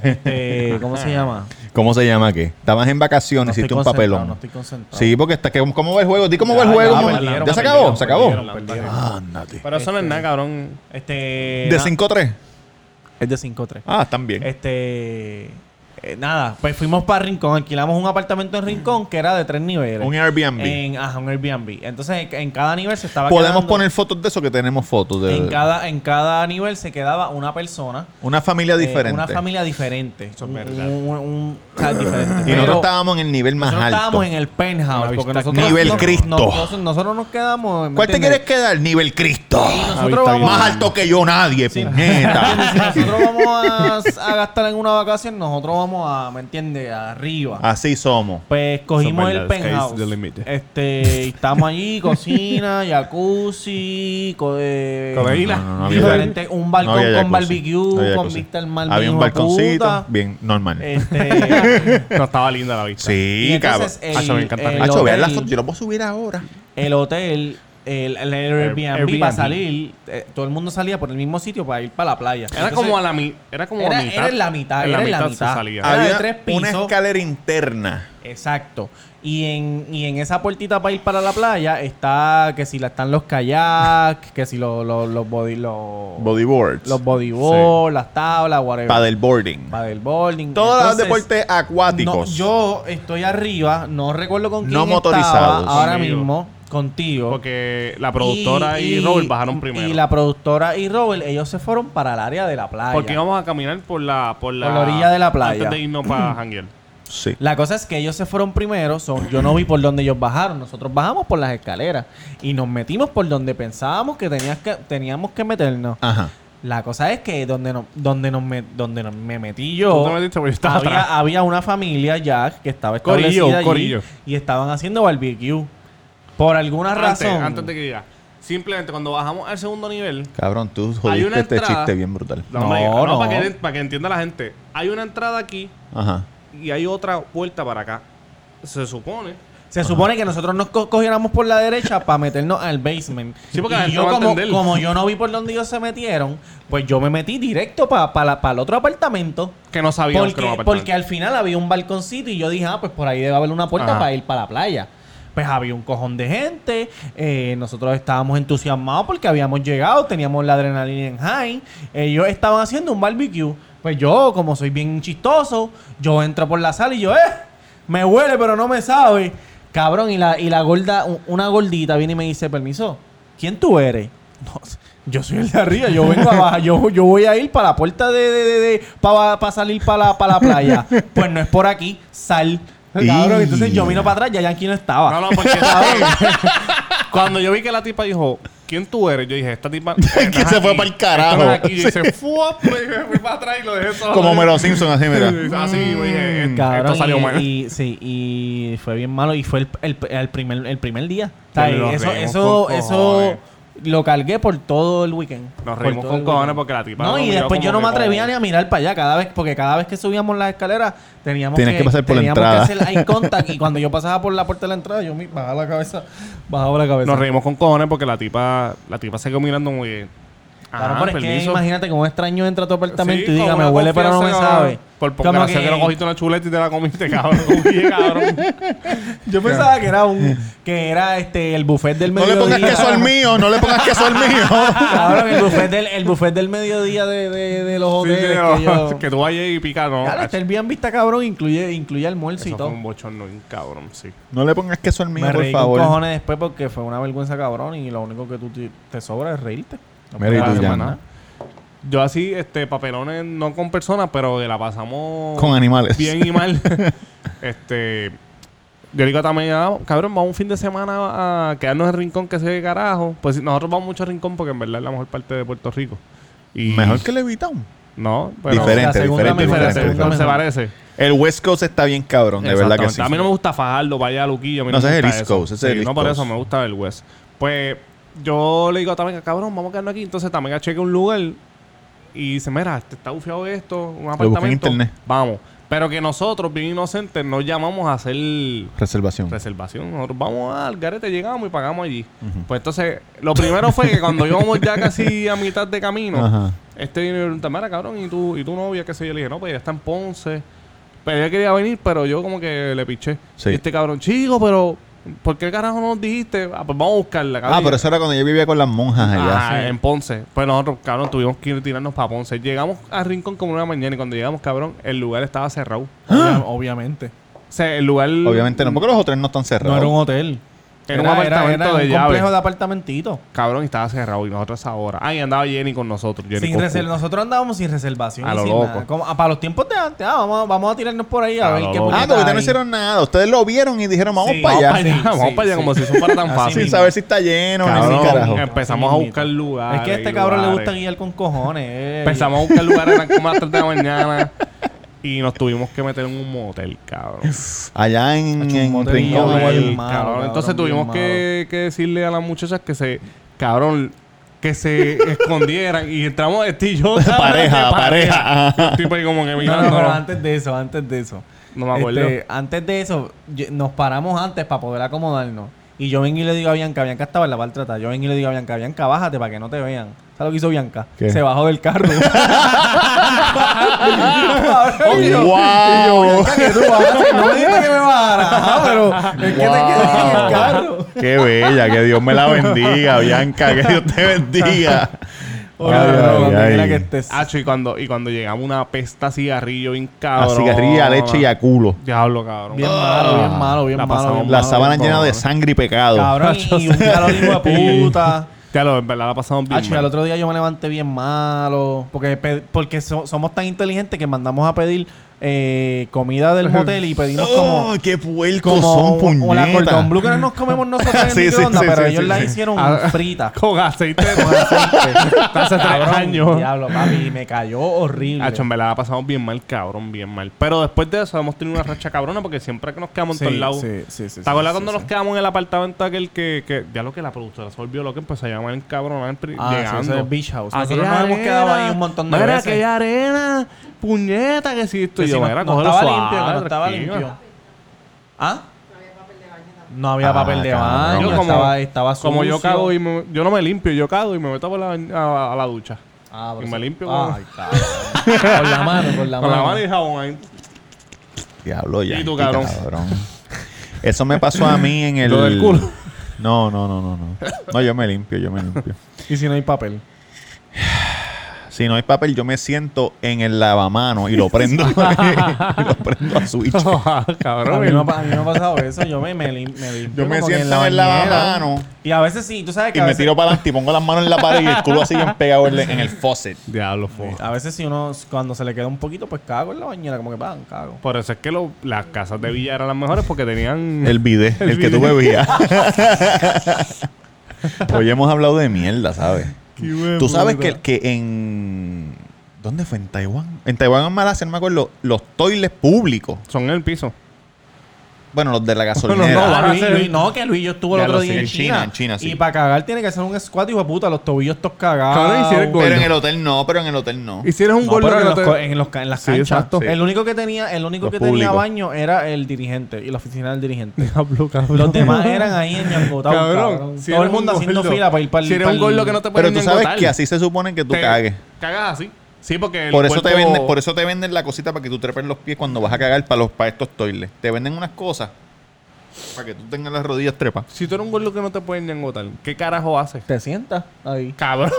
Este, ¿Cómo se llama?
¿Cómo se llama qué? Estabas en
No
vacaciones,
estoy
hiciste un
concentrado,
papelón.
No estoy concentrado.
Sí, porque está, que- ¿cómo va el juego? Di cómo va el
Ya,
juego.
Ah,
ya
¿cómo- ¿Ya,
perdieron,
se acabó? ¿Se acabó?
perdieron, perdieron.
Ándate.
Pero eso no es nada, cabrón.
Este,
¿De
na-
5-3?
Es de 5-3.
Ah, están bien.
Este. eh, nada, pues fuimos para Rincón, alquilamos un apartamento en Rincón que era de tres niveles.
Un Airbnb.
En, ajá, un Airbnb. Entonces, en, en cada nivel se estaba.
Podemos
quedando-
poner fotos de eso que tenemos fotos de
En cada, en cada nivel se quedaba una persona.
una familia
eh,
diferente.
una familia diferente.
es verdad.
Un, un- un- o sea, diferente.
y
Pero
nosotros estábamos en el nivel más
nosotros
alto.
estábamos en el penthouse.
Una
Porque
vista
nosotros,
Nivel
nos-
Cristo.
nos- nosotros, nosotros nos quedamos. ¿me
¿Cuál te
entiendes?
quieres quedar? Nivel Cristo.
Nosotros vamos,
Más alto que yo
<laughs>
nadie,
si
puñeta.
nosotros vamos a, a gastar en una vacación, nosotros vamos a, ¿me entiendes? Arriba.
Así somos.
Pues cogimos
Son
el
verdad,
penthouse.
sky's the limit.
Este, y estamos <laughs> allí, cocina, jacuzzi, co eh,
Codeína.
No, no, no había-
diferente, un
No
balcón
había
con
jacuzzi. No
barbecue, con
había jacuzzi.
vista al mar.
Había
bien
un
hijo de
balconcito.
puta.
Bien, normal.
<laughs> Este,
No estaba linda la vista.
sí,
y entonces
cabrón.
el-
Hacho, me encanta
el
Rincón.
Hacho, vean las
hotel-
fotos. Yo lo puedo subir ahora.
el hotel el, el Airbnb,
Airbnb.
para salir, eh, todo el mundo salía por el mismo sitio para ir para la playa.
Era
Entonces,
como a la mi- era como
era-
a mitad.
era en la mitad, era en la
se
mitad.
salía.
Ah. Era de
Había
tres
una
pisos.
escalera interna.
Exacto. Y en, y en esa puertita para ir para la playa está que si la están los kayaks, que si los los los body los
Bodyboards.
los bodyboard, las tablas, whatever.
Paddleboarding.
Paddleboarding.
Todos los
Entonces,
deportes
No,
acuáticos.
yo estoy arriba, no recuerdo con quién
No
estaba
motorizados.
ahora
Conmigo.
mismo, contigo.
Porque la productora y, Robert bajaron primero.
Y la productora y Robert, ellos se fueron para el área de la playa.
porque íbamos a caminar por la, por la... Mm.
Por la orilla de la playa.
Antes de irnos para Hanguel.
Sí.
La cosa es que ellos se fueron primero, son, yo no vi por dónde ellos bajaron, nosotros bajamos por las escaleras y nos metimos por donde pensábamos que, tenías que teníamos que meternos.
Ajá.
La cosa es que donde, no, donde, nos me, donde nos- me metí
Tú
yo,
te metiste porque yo estaba atrás.
había, había una familia ya que estaba
Corillo,
establecida allí
corillo.
y estaban haciendo barbecue. Por alguna
Antes,
razón.
antes de que diga. Simplemente cuando bajamos al segundo nivel...
Cabrón, tú
Hay una
jodiste este
entrada.
chiste bien brutal.
No, hombre,
No,
no, Para,
no.
que, para que entienda la gente. Hay una entrada aquí
Ajá.
y hay otra puerta para acá. Se supone.
Se supone que nosotros nos co- cogiéramos por la derecha para meternos al basement.
Sí, porque la
y
gente
yo
va a
como,
entender.
como yo no vi por dónde ellos se metieron, pues yo me metí directo para el otro apartamento.
Que no sabíamos que
Porque,
era un
porque
apartamento.
al final había un balconcito y yo dije, ah, pues por ahí debe haber una puerta
Ajá.
para ir para la playa. Pues había un cojón de gente, eh, nosotros estábamos entusiasmados porque habíamos llegado, teníamos la adrenalina en high, ellos estaban haciendo un barbecue. Pues yo, como soy bien chistoso, yo entro por la sala y yo, eh, me huele pero no me sabe. Cabrón, y la, y la gorda, u- una gordita viene y me dice, permiso, ¿quién tú eres? <laughs> No, yo soy el de arriba, yo <laughs> vengo abajo, yo, yo voy a ir para la puerta de, de, de, para salir para la, pa' la <laughs> playa. Pues no es por aquí, sal. Cabrón,
Y-
entonces yo miro para atrás, ya Yankee no estaba.
No, no, porque cuando yo vi que la tipa dijo, ¿quién tú eres? Yo dije, esta tipa.
Que se fue pa'l carajo.
Y yo hice, "Fuap", <laughs> me fui para atrás y lo dejé solo.
Como Melo Simpson, así, mira.
Así, yo dije, "Esto-
Mm, Cabrón,
esto salió
y,
mal.
y- sí, y fue bien malo y fue el, el- el primer, el primer día. O sea,
Nos
eso,
reímos
eso,
con
eso
cojones.
lo cargué por todo el weekend.
<laughs> Nos
Por
reímos
todo
con
el
cojones
weekend.
porque la tipa
No,
nos
y
miró
después yo no
como
me
que
atrevía
como-
ni a mirar para allá cada vez, porque cada vez que subíamos las escaleras teníamos
Tenías que pasar por la
teníamos
entrada.
que hacer eye
<laughs>
contact y cuando yo pasaba por la puerta de la entrada yo me bajaba la cabeza, bajaba la cabeza.
Nos reímos con cojones porque la tipa, la tipa se quedó mirando muy bien.
Claro,
Ajá,
pero es que
Ah, permiso.
imagínate que un extraño entra a tu apartamento
Sí,
y
con
diga, me
una
huele pero no me
confianza,
sabe.
cabrón. Por poco
Como
gracia que no cogiste una chuleta y te la comiste, cabrón. <laughs> Oye,
<laughs>
cabrón.
Yo pensaba que era un que era este el buffet del
No le
mediodía.
pongas queso al mío, no le pongas queso al mío.
<laughs> Cabrón, el buffet del, el buffet del mediodía de, de, de los
Sí,
hoteles
tío,
que
<laughs>
yo...
que tú vayas y picar, ¿no?
Claro, este Airbnb está cabrón, incluye, incluye almuerzo y
Eso fue
todo.
un bochorno, un cabrón, sí.
<laughs> No le pongas queso al mío,
Me
por
reí con
favor.
cojones después porque fue una vergüenza cabrón y lo único que tú te, te sobra es reírte. No
Mira, y
puedes
tú,
hacer
Jan.
más nada.
Yo así, este, papelones, no con personas, pero que la pasamos
Con animales.
bien y
<laughs>
mal. este, yo digo también, ah, cabrón, vamos un fin de semana a quedarnos en Rincón, que se carajo. Pues nosotros vamos mucho a Rincón porque en verdad es la mejor parte de Puerto Rico. Y
Mejor que Levitown.
No, pero...
Diferente,
La segunda
diferente,
mejor,
Diferente,
la
pero
segunda
diferente, diferente.
se
mejor.
parece.
El West Coast está bien cabrón, de verdad que
Exactamente.
sí.
A mí no me gusta Fajardo, vaya a Luquillo. a mí
No, ese
me
es el
gusta
East
eso.
Coast, ese es el
Sí,
East
No, por eso
Coast.
me gusta el West. Pues yo le digo también, cabrón, vamos a quedarnos aquí. Entonces también acheque un lugar y dice, mira, te está bufiado esto, un
busqué en
apartamento.
internet.
Vamos. Pero que nosotros, bien inocentes, no llamamos a hacer
Reservación.
reservación. Nosotros vamos al garete, llegamos y pagamos allí. Pues entonces, lo primero fue que cuando íbamos ya casi a mitad de camino,
Ajá.
este viene y me pregunta, mira, cabrón, ¿y tu, ¿y tu novia? ¿Qué sé yo? Le dije, no, pues ella está en Ponce. Pero ella quería venir, pero yo como que le piché.
Sí.
Y este cabrón, chico, pero ¿por qué carajo no nos dijiste? Ah, pues vamos a buscarla, cabrón.
Ah, pero eso era cuando yo vivía con las monjas allá.
Ajá, en Ponce. Pues nosotros, cabrón, tuvimos que ir tirarnos para Ponce. Llegamos a Rincón como una mañana y cuando llegamos, cabrón, el lugar estaba cerrado. O
Obvia- Obviamente.
sea, el lugar...
Obviamente no, porque los hoteles no están
No
cerrados.
era un hotel.
Era un apartamento
era
de
un
llave.
complejo de apartamentito.
Cabrón, y estaba cerrado y nosotros ahora. Ah, y andaba Jenny con nosotros. Jenny
Sin
Coscu.
reser-
<laughs>
nosotros andábamos sin reservación.
A
y
lo
sin
loco.
nada. Como- ah, para los tiempos de antes, ah, vamos, a- vamos a tirarnos por ahí a,
A
ver
lo
qué
loco.
puñeta
Ah, porque ustedes no
hay.
hicieron nada. Ustedes lo vieron y dijeron, vamos
Sí,
para
vamos
Vamos para
allá.
allá,
Sí,
vamos
sí,
para allá
sí.
como si eso fuera tan
Así
fácil.
Sin
mismo.
saber si está lleno, ni
Cabrón,
sin carajo.
empezamos a
Así
buscar
mismito.
lugares.
Es que a este cabrón le
lugares.
gusta guiar con cojones. eh.
Empezamos a buscar lugares eran como a las 3 de la mañana y nos tuvimos que meter en un motel, cabrón.
Allá en,
un
en
motel
Un
Rincón,
motel,
bien
cabrón.
malo, cabrón,
Entonces
bien
tuvimos que, que decirle a las muchachas que se, cabrón, que se <laughs> escondieran y entramos este y yo. cabrón,
<laughs> Pareja,
de
pareja.
Y el tipo ahí como que
No, no,
mirando.
pero antes de eso, antes de eso.
No me acuerdo.
Este, antes de eso, yo- nos paramos antes para poder acomodarnos. Y yo vengo y le digo a Bianca, Bianca estaba en la maltrata. Yo vengo y le digo a Bianca, Bianca, bájate para que no te vean. ¿Sabes lo que hizo Bianca?
¿Qué?
Se bajó
<laughs>
del carro. Y yo,
¡Wow!
Bianca, que tú bajaste. No me dijiste que me bajara. Ajá, pero es que te quedaste en el carro.
<laughs> ¡Qué bella! Que Dios me
<laughs>
la bendiga, Bianca. Que Dios te bendiga.
Oye,
Ay,
pero
ay,
cuando
ay.
quiera que estés.
Hacho, y cuando, y cuando llegamos una pesta a cigarrillo bien
A
cabrón.
cigarrilla, a leche y a culo.
Diablo, cabrón.
Bien malo, bien malo, bien
Ah. La
malo.
pasamos
bien
La
malo,
sábana
bien
llena
malo.
de sangre y pecado.
Cabrón, y un calor hijo
<laughs>
de puta.
Diablo, en verdad la pasamos bien.
Hacho, y
mal.
al otro día yo me levanté bien malo. Porque, pe- porque so- somos tan inteligentes que mandamos a pedir eh,
<laughs>
comida del motel y pedimos como.
¡Oh, qué puercos
Como,
son,
o la cordón
puñetas!
blue que no nos comemos nosotros
<laughs>
en el
Sí, sí,
microondas,
sí,
pero
sí,
ellos
sí,
la
sí.
hicieron
Ah.
frita.
Con aceite de
Con aceite.
<laughs> hace tres
Cabrón,
años.
Diablo, papi, me cayó horrible.
Hacho, en verdad la pasamos bien mal, cabrón, bien mal. Pero después de eso hemos tenido una racha cabrona porque siempre que nos quedamos
Sí,
en todos lados.
sí, sí, sí,
¿Te acuerdas
sí,
cuando
sí,
nos quedamos en el apartamento aquel que, que ya lo que la productora se volvió loca empezó a llamar en cabrón en pri-
Ah, sí,
llegando?
eso es Beach House. Nosotros
Aquella
nos hemos quedado ahí un montón de
mira,
veces.
aquella arena, puñeta que si esto y
Que si
yo,
no-
mira,
no
cógelo
estaba
suave,
limpio, que no estaba
tranquila.
limpio. ¿Ah? No había
Ah,
papel de
cabrón.
Yo
baño. No había papel de baño.
como,
estaba, estaba
como yo
sucio.
cago y me- yo no me limpio, yo cago y me meto por la bañ- a, a la ducha.
Ah,
y
pero
me
sí.
limpio
Ay, cabrón. Con la mano, con la
con la
mano.
mano y jabón ahí.
Diablo, ya.
Y tú, cabrón.
Eso me pasó a mí
<laughs>
en el.
Lo del culo.
No, no, no, no, no. No, yo me limpio, yo me limpio.
Y si no hay papel.
Si no hay papel, yo me siento en el lavamano y
<laughs>
lo prendo. <laughs> y lo prendo a switch.
A
<laughs> cabrón.
mí, no, ha- a mí no ha pasado eso. Yo me, me, lim- me limpio.
Yo me
como que
siento en el
bañera.
lavamano
Y a veces sí, tú sabes que
y
a
me
veces,
tiro para adelante y pongo las manos en la pared y el culo así bien pegado en en el faucet.
Diablo, fo.
a veces si uno cuando se le queda un poquito, pues cago en la bañera, como que pan, cago.
Por eso es que lo- las casas de Villa eran las mejores porque tenían.
El bidé, el,
El
que tú
bidé.
bebías. <laughs> Hoy hemos hablado de mierda, ¿sabes? Tú sabes que, que en... ¿Dónde fue? En Taiwán. En Taiwán, en Malasia, no me acuerdo, los toiles públicos.
Son en el piso.
Bueno, los de <laughs> la gasolinera.
Bueno, no,
Ah,
van a
Luis-
ser-
Luis- no, que Luis yo estuvo el
Ya
otro
lo
día
sé,
en
en
China.
China, en China, sí.
Y para cagar tiene que hacer un squat, hijo de puta, los tobillos estos
Cabrón, y si eres
cagados.
gordo.
pero en el hotel no, pero en el hotel no.
Y si eres un
No,
gordo
pero
que
en,
no
los co-
te.
en los ca- en las
Sí,
canchas.
exacto.
El único que tenía, el único
Los
que tenía
públicos.
baño era el dirigente y la oficina
<laughs>
del dirigente.
Diablo, cabrón.
Los demás eran ahí en Ñangotau, cabrón.
si
Todo
eres
el mundo
un
haciendo
gordo-
fila para ir para el
Si eres un gordo que no te
pero
pueden
tú
ni
sabes
engotar,
que así se supone que tú
te-
cagues.
Cagas así. Sí, porque. el
Por eso, te
cuerpo-
venden, por eso te venden la cosita para que tú trepes los pies cuando vas a cagar para, los, para estos toiles. Te venden unas cosas para que tú tengas las rodillas <laughs> trepas.
Si tú eres un gordo que no te pueden ni engotar, ¿qué carajo haces?
Te sientas ahí.
<laughs> Cabrón.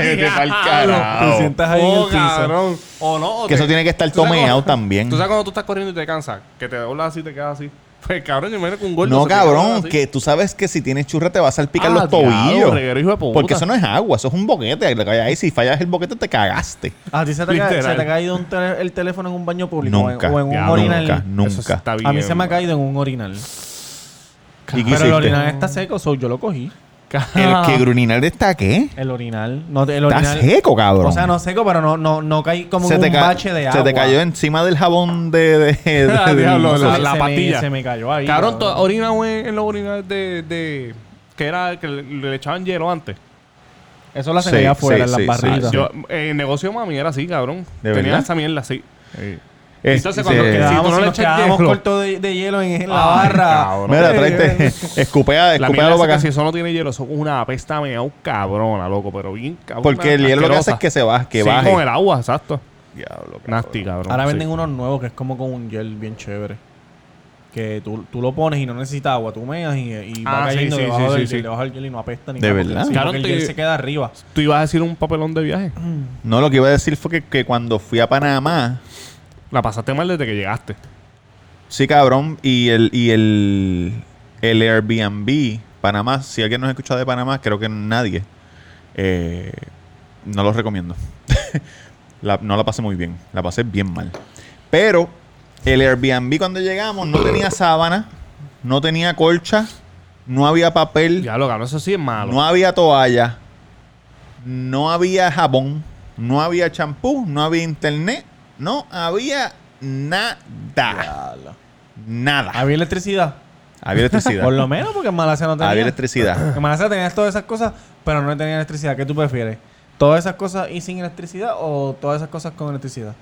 Vete pa'l carajo.
Te sientas ahí en el
Oh,
piso.
cabrón. O no. o
Que
te-
eso tiene que estar
¿Tú sabes
tomeado
cómo-
también.
Tú sabes cuando tú estás corriendo y te cansas, que te doblas así y te quedas así. Pues cabrón, yo me imagino que un gordo. se
No,
te queda
cabrón,
así.
que tú sabes que si tienes churra te va a salpicar
Ah,
los
diablo,
tobillos.
reguero, hijo de puta.
Porque eso no es agua, eso es un boquete. Ahí, ahí si fallas el boquete te cagaste.
A ti se te, ca-
Literal.
se te ha caído un tele- el teléfono en un baño público o en-
Nunca,
o en un
diablo,
orinal.
nunca,
Eso sí
nunca.
está bien.
A mí se me ha
cabrón.
caído en un orinal.
¿Y qué
Pero el
hiciste?
orinal está seco, so yo lo cogí.
Ah.
El que gruninal está qué?
El orinal. No, el
Está
orinal.
seco, cabrón.
O sea, no seco, pero no, no, no caí como en un
ca-
bache de agua.
se te cayó encima del jabón de... de,
<laughs>
<laughs>
de-
Ah,
del-
diablo,
Se me-
la- la
se me-
patilla.
Se me cayó
<laughs>
ahí.
Cabrón, to- orina güey, en los orinales de, de- que era que le, le echaban hielo antes.
Eso lo hacen
Sí,
allá afuera,
sí,
en
sí,
las
sí,
barritas.
Yo, eh, el negocio de mami era así, cabrón.
Ah. ¿De
Tenía
verdad?
esa mierda así.
Es-
Entonces,
se-
cuando quedaba-
Quedábamos,
no le
nos
echas
quedábamos
hielo.
cortos de, de hielo en, en
Ah,
la barra.
Mira, tráete... <laughs> Escupea,
La mierda
escupea
esa
para
que si
acá.
eso no tiene hielo, eso es una apesta meao cabrona, loco, pero bien cabrón.
Porque el hielo lo que hace es que se baje, que
sí,
baje.
con el agua, exacto.
Diablo, cabrón.
Nasty, cabrón.
Ahora
sí.
venden unos nuevos que es como con un gel bien chévere. Que tú, tú lo pones y no necesitas agua, tú meas y, y va
Ah, sí,
cayendo
sí,
debajo
sí,
del
sí,
gel,
sí.
debajo del gel y no apesta ni
¿De
nada. porque-
verdad?
sí,
Claro,
porque el
te-
gel se queda arriba.
Tú ibas a decir un papelón de viaje.
No, lo que iba a decir fue que, que cuando fui a Panamá...
La pasaste mal desde que llegaste.
Sí, cabrón. Y el, y el, el Airbnb, Panamá, si alguien nos escucha de Panamá, creo que nadie. eh, no los recomiendo. <laughs> La- no la pasé muy bien. La pasé bien mal. Pero el Airbnb cuando llegamos no tenía sábana, no tenía colcha, no había papel,
Diablo, cabrón, eso sí es malo.
no había toalla, no había jabón, no había champú, no había internet, no había nada. Nada.
Había electricidad.
Había electricidad.
Ah, Por lo menos porque en Malasia no tenía.
Había electricidad.
En Malasia tenías todas esas cosas, pero no tenías electricidad. ¿Qué tú prefieres? ¿Todas esas cosas y sin electricidad o todas esas cosas con electricidad?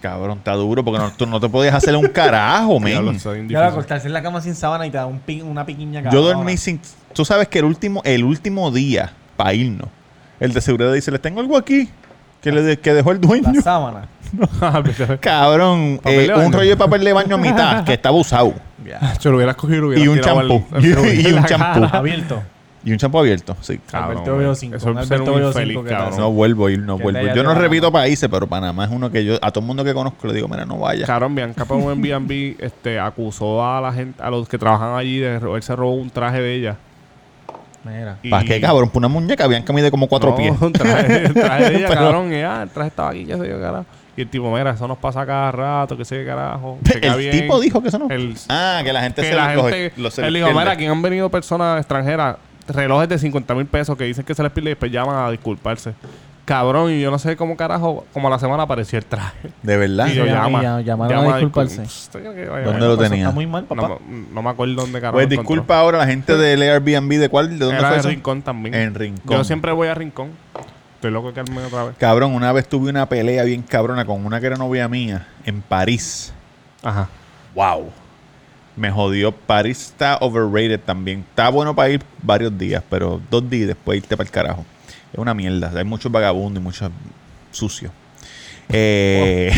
Cabrón, está duro porque no, tú no te podías hacer
<laughs>
un carajo, men.
Ya, acostarse en la cama sin sábana y te da un pi- una piquiña
Yo
cabrona.
dormí sin. Tú sabes que el último, el último día para irnos, el de seguridad dice: Les tengo algo aquí que, le de- que dejó el dueño.
La sábana.
<laughs>
<laughs>
Cabrón,
Papel
eh,
de
un
baño.
rollo de papel de baño
<laughs>
a mitad que estaba usado.
Ya.
Yo lo hubieras cogido y lo hubieras
Y un
tirado al-
champú.
al fregadero.
<laughs> Y un
La
champú.
cara.
Ah, Abierto.
Y un champú abierto, sí.
Cabrón,
Alberto Veo
man.
cinco,
Eso es
un
ser
Alberto
un
Veo
infeliz,
cinco, ¿qué
cabrón.
tal?
No vuelvo a ir, no
Que
vuelvo.
te haya
Yo no
llevado.
repito países, pero Panamá es uno que yo, a todo el mundo que conozco, le digo, mira, no vaya.
Cabrón, Bianca para un Airbnb <laughs> este, acusó a la gente, a los que trabajan allí de ro- él se robó un traje de ella.
Mira.
Y-
¿Para qué, cabrón? Por una muñeca, habían que mide como cuatro
No,
pies.
<laughs> Un
<laughs>
traje, el traje de ella,
Pero-
cabrón. Y, ah, el traje estaba aquí, qué sé yo, carajo. Y el tipo, mira, eso nos pasa cada rato, que sé qué
<laughs>
carajo. Chequea
El
bien.
tipo dijo que eso no.
El-
ah, que la gente
que
se
la
lo
gente,
coge- lo- se
él
lo
dijo,
pierde.
mira, aquí han venido personas extranjeras, relojes de 50 mil pesos que dicen que se les pide y después llaman a disculparse. Cabrón, y yo no sé cómo carajo, como a la semana apareció el traje.
De verdad.
y yo
sí,
llama.
ya- llamaron a disculparse.
Pss, yo que vaya,
¿Dónde
vaya,
lo
pasa.
tenía?
Está muy mal, papá.
No,
<clears throat>
me- no me acuerdo dónde carajo.
Pues
lo encontró.
disculpa ahora a la gente del Airbnb, ¿de cuál? ¿De dónde
Era
fue
de
eso?
Rincón también.
En Rincón.
Yo siempre voy a Rincón. Estoy loco de quedarme otra vez.
Cabrón, una vez tuve una pelea bien cabrona con una que era novia mía en París.
Ajá.
Wow. Me jodió. París está overrated también. Está bueno para ir varios días, pero dos días y después irte para el carajo. Es una mierda. Hay muchos vagabundos y muchos sucios. Eh,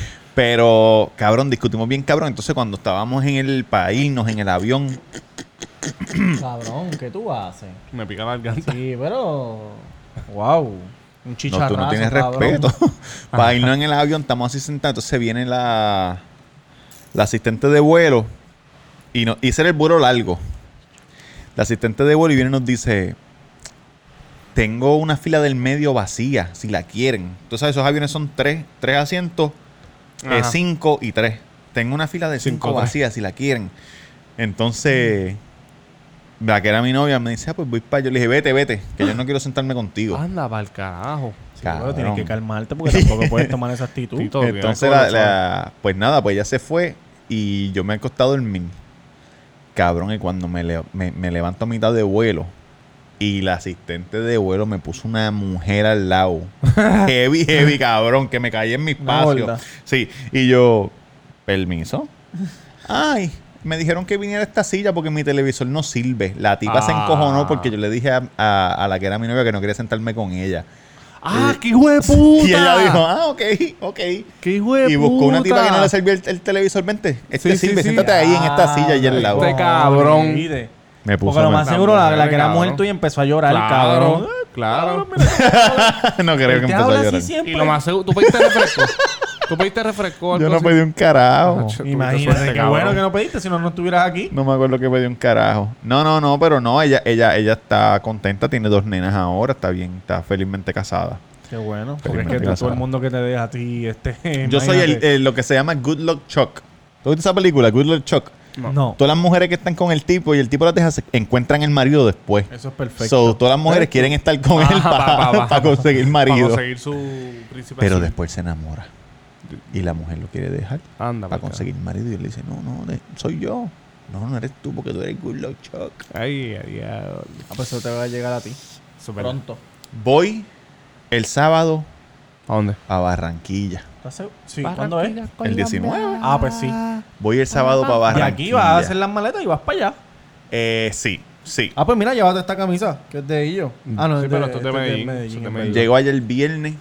<laughs> pero, cabrón, discutimos bien, cabrón. Entonces, cuando estábamos en el país, nos en el avión,
Cabrón, ¿qué tú haces?
Me pica la garganta.
<laughs> Sí, pero. Wow. Un
no,
chicharrazo.
tú no tienes
cabrón.
respeto. <laughs> para irnos en el avión, estamos así sentados. Entonces, viene la, la asistente de vuelo y no, hice el vuelo largo. La asistente de vuelo y viene y nos dice: Tengo una fila del medio vacía, si la quieren. Tú sabes, esos aviones son tres, tres asientos, eh,
Ajá.
cinco y tres. Tengo una fila de cinco,
Cinco, tres.
vacía, si la quieren. Entonces, la que era mi novia me dice: Ah, pues voy para allá. Yo le dije: Vete, vete, que yo no quiero sentarme contigo.
Anda pa'l carajo.
Sí, pero tienes
Cabrón.
que calmarte porque tampoco puedes tomar esa actitud.
Tito, que
Entonces,
era
la-
como,
la- pues nada, pues ella se fue y yo me he acostado a dormir. Cabrón, y cuando me, le- me- me levanto a mitad de vuelo y la asistente de vuelo me puso una mujer al lado. heavy, heavy, cabrón, que me caí en mi
Una
espacio.
gorda.
Sí, y yo, permiso. Ay, me dijeron que viniera a esta silla porque mi televisor no sirve. La tipa se
Ah.
encojonó porque yo le dije a, a- a la que era mi novia que no quería sentarme con ella.
¡Ah, qué hijo de puta!
Y ella dijo, ah, ok, ok.
¡Qué hijo de puta!
Y buscó una tipa que no le servía el, el televisor. Vente, este
Sí, sí,
sirve,
sí.
siéntate ahí en esta silla y al lado.
Este cabrón.
Mire.
Me
Porque lo más
mal.
seguro la, la
Cabrón.
que era muerto y empezó a llorar,
Claro,
cabrón. pues.
claro.
<laughs> no creo que
Te
empezó
habla
a
así
llorar.
siempre.
Y lo más seguro, tú pediste refresco. Tú pediste refresco. o algo
Yo no
así?
pedí un carajo.
Acho, tuviste
Imagínate,
suerte,
qué
cabrón.
bueno que no pediste, si no, no estuvieras aquí.
No me acuerdo que pedí un carajo. No, no, no, pero no, ella, ella, ella está contenta, tiene dos nenas ahora, está bien, está felizmente casada.
Qué bueno. Porque es
Felizmente
que tú- todo
casada.
el mundo que te deja a ti, este.
Yo soy el,
imagínate.
el- lo que se llama Good Luck Chuck. ¿Tú viste esa película, Good Luck Chuck?
No.
Todas las mujeres que están con el tipo y el tipo las deja, se encuentran el marido después.
Eso es perfecto.
So, todas las mujeres quieren estar con
Ah, <laughs>
él
pa-
para
pa- pa-
conseguir
Para
marido.
conseguir su príncipe.
Pero
azul.
después se enamora. Y la mujer lo quiere dejar
Anda,
para
pa'l
conseguir marido. Y él le dice, no, no, de- soy yo. No, no eres tú porque tú eres Good Luck Chuck.
carajo. Ay, ay, ay.
Ah, pues eso te va a llegar a ti.
Súper.
Pronto.
Voy el sábado
¿A dónde?
a Barranquilla.
¿Estás seguro? Sí, ¿cuándo es?
El 19.
Ah, pues sí.
Voy el sábado para
Ah. Y
Barranquilla.
aquí vas a hacer las maletas y vas para allá.
Eh, sí, sí.
Ah, pues mira, llévate esta camisa, que es de ellos.
Mm.
Ah, no,
Sí,
es
pero
de,
esto es de
este
Medellín, esto es de
es
Medellín.
Llego allá el viernes.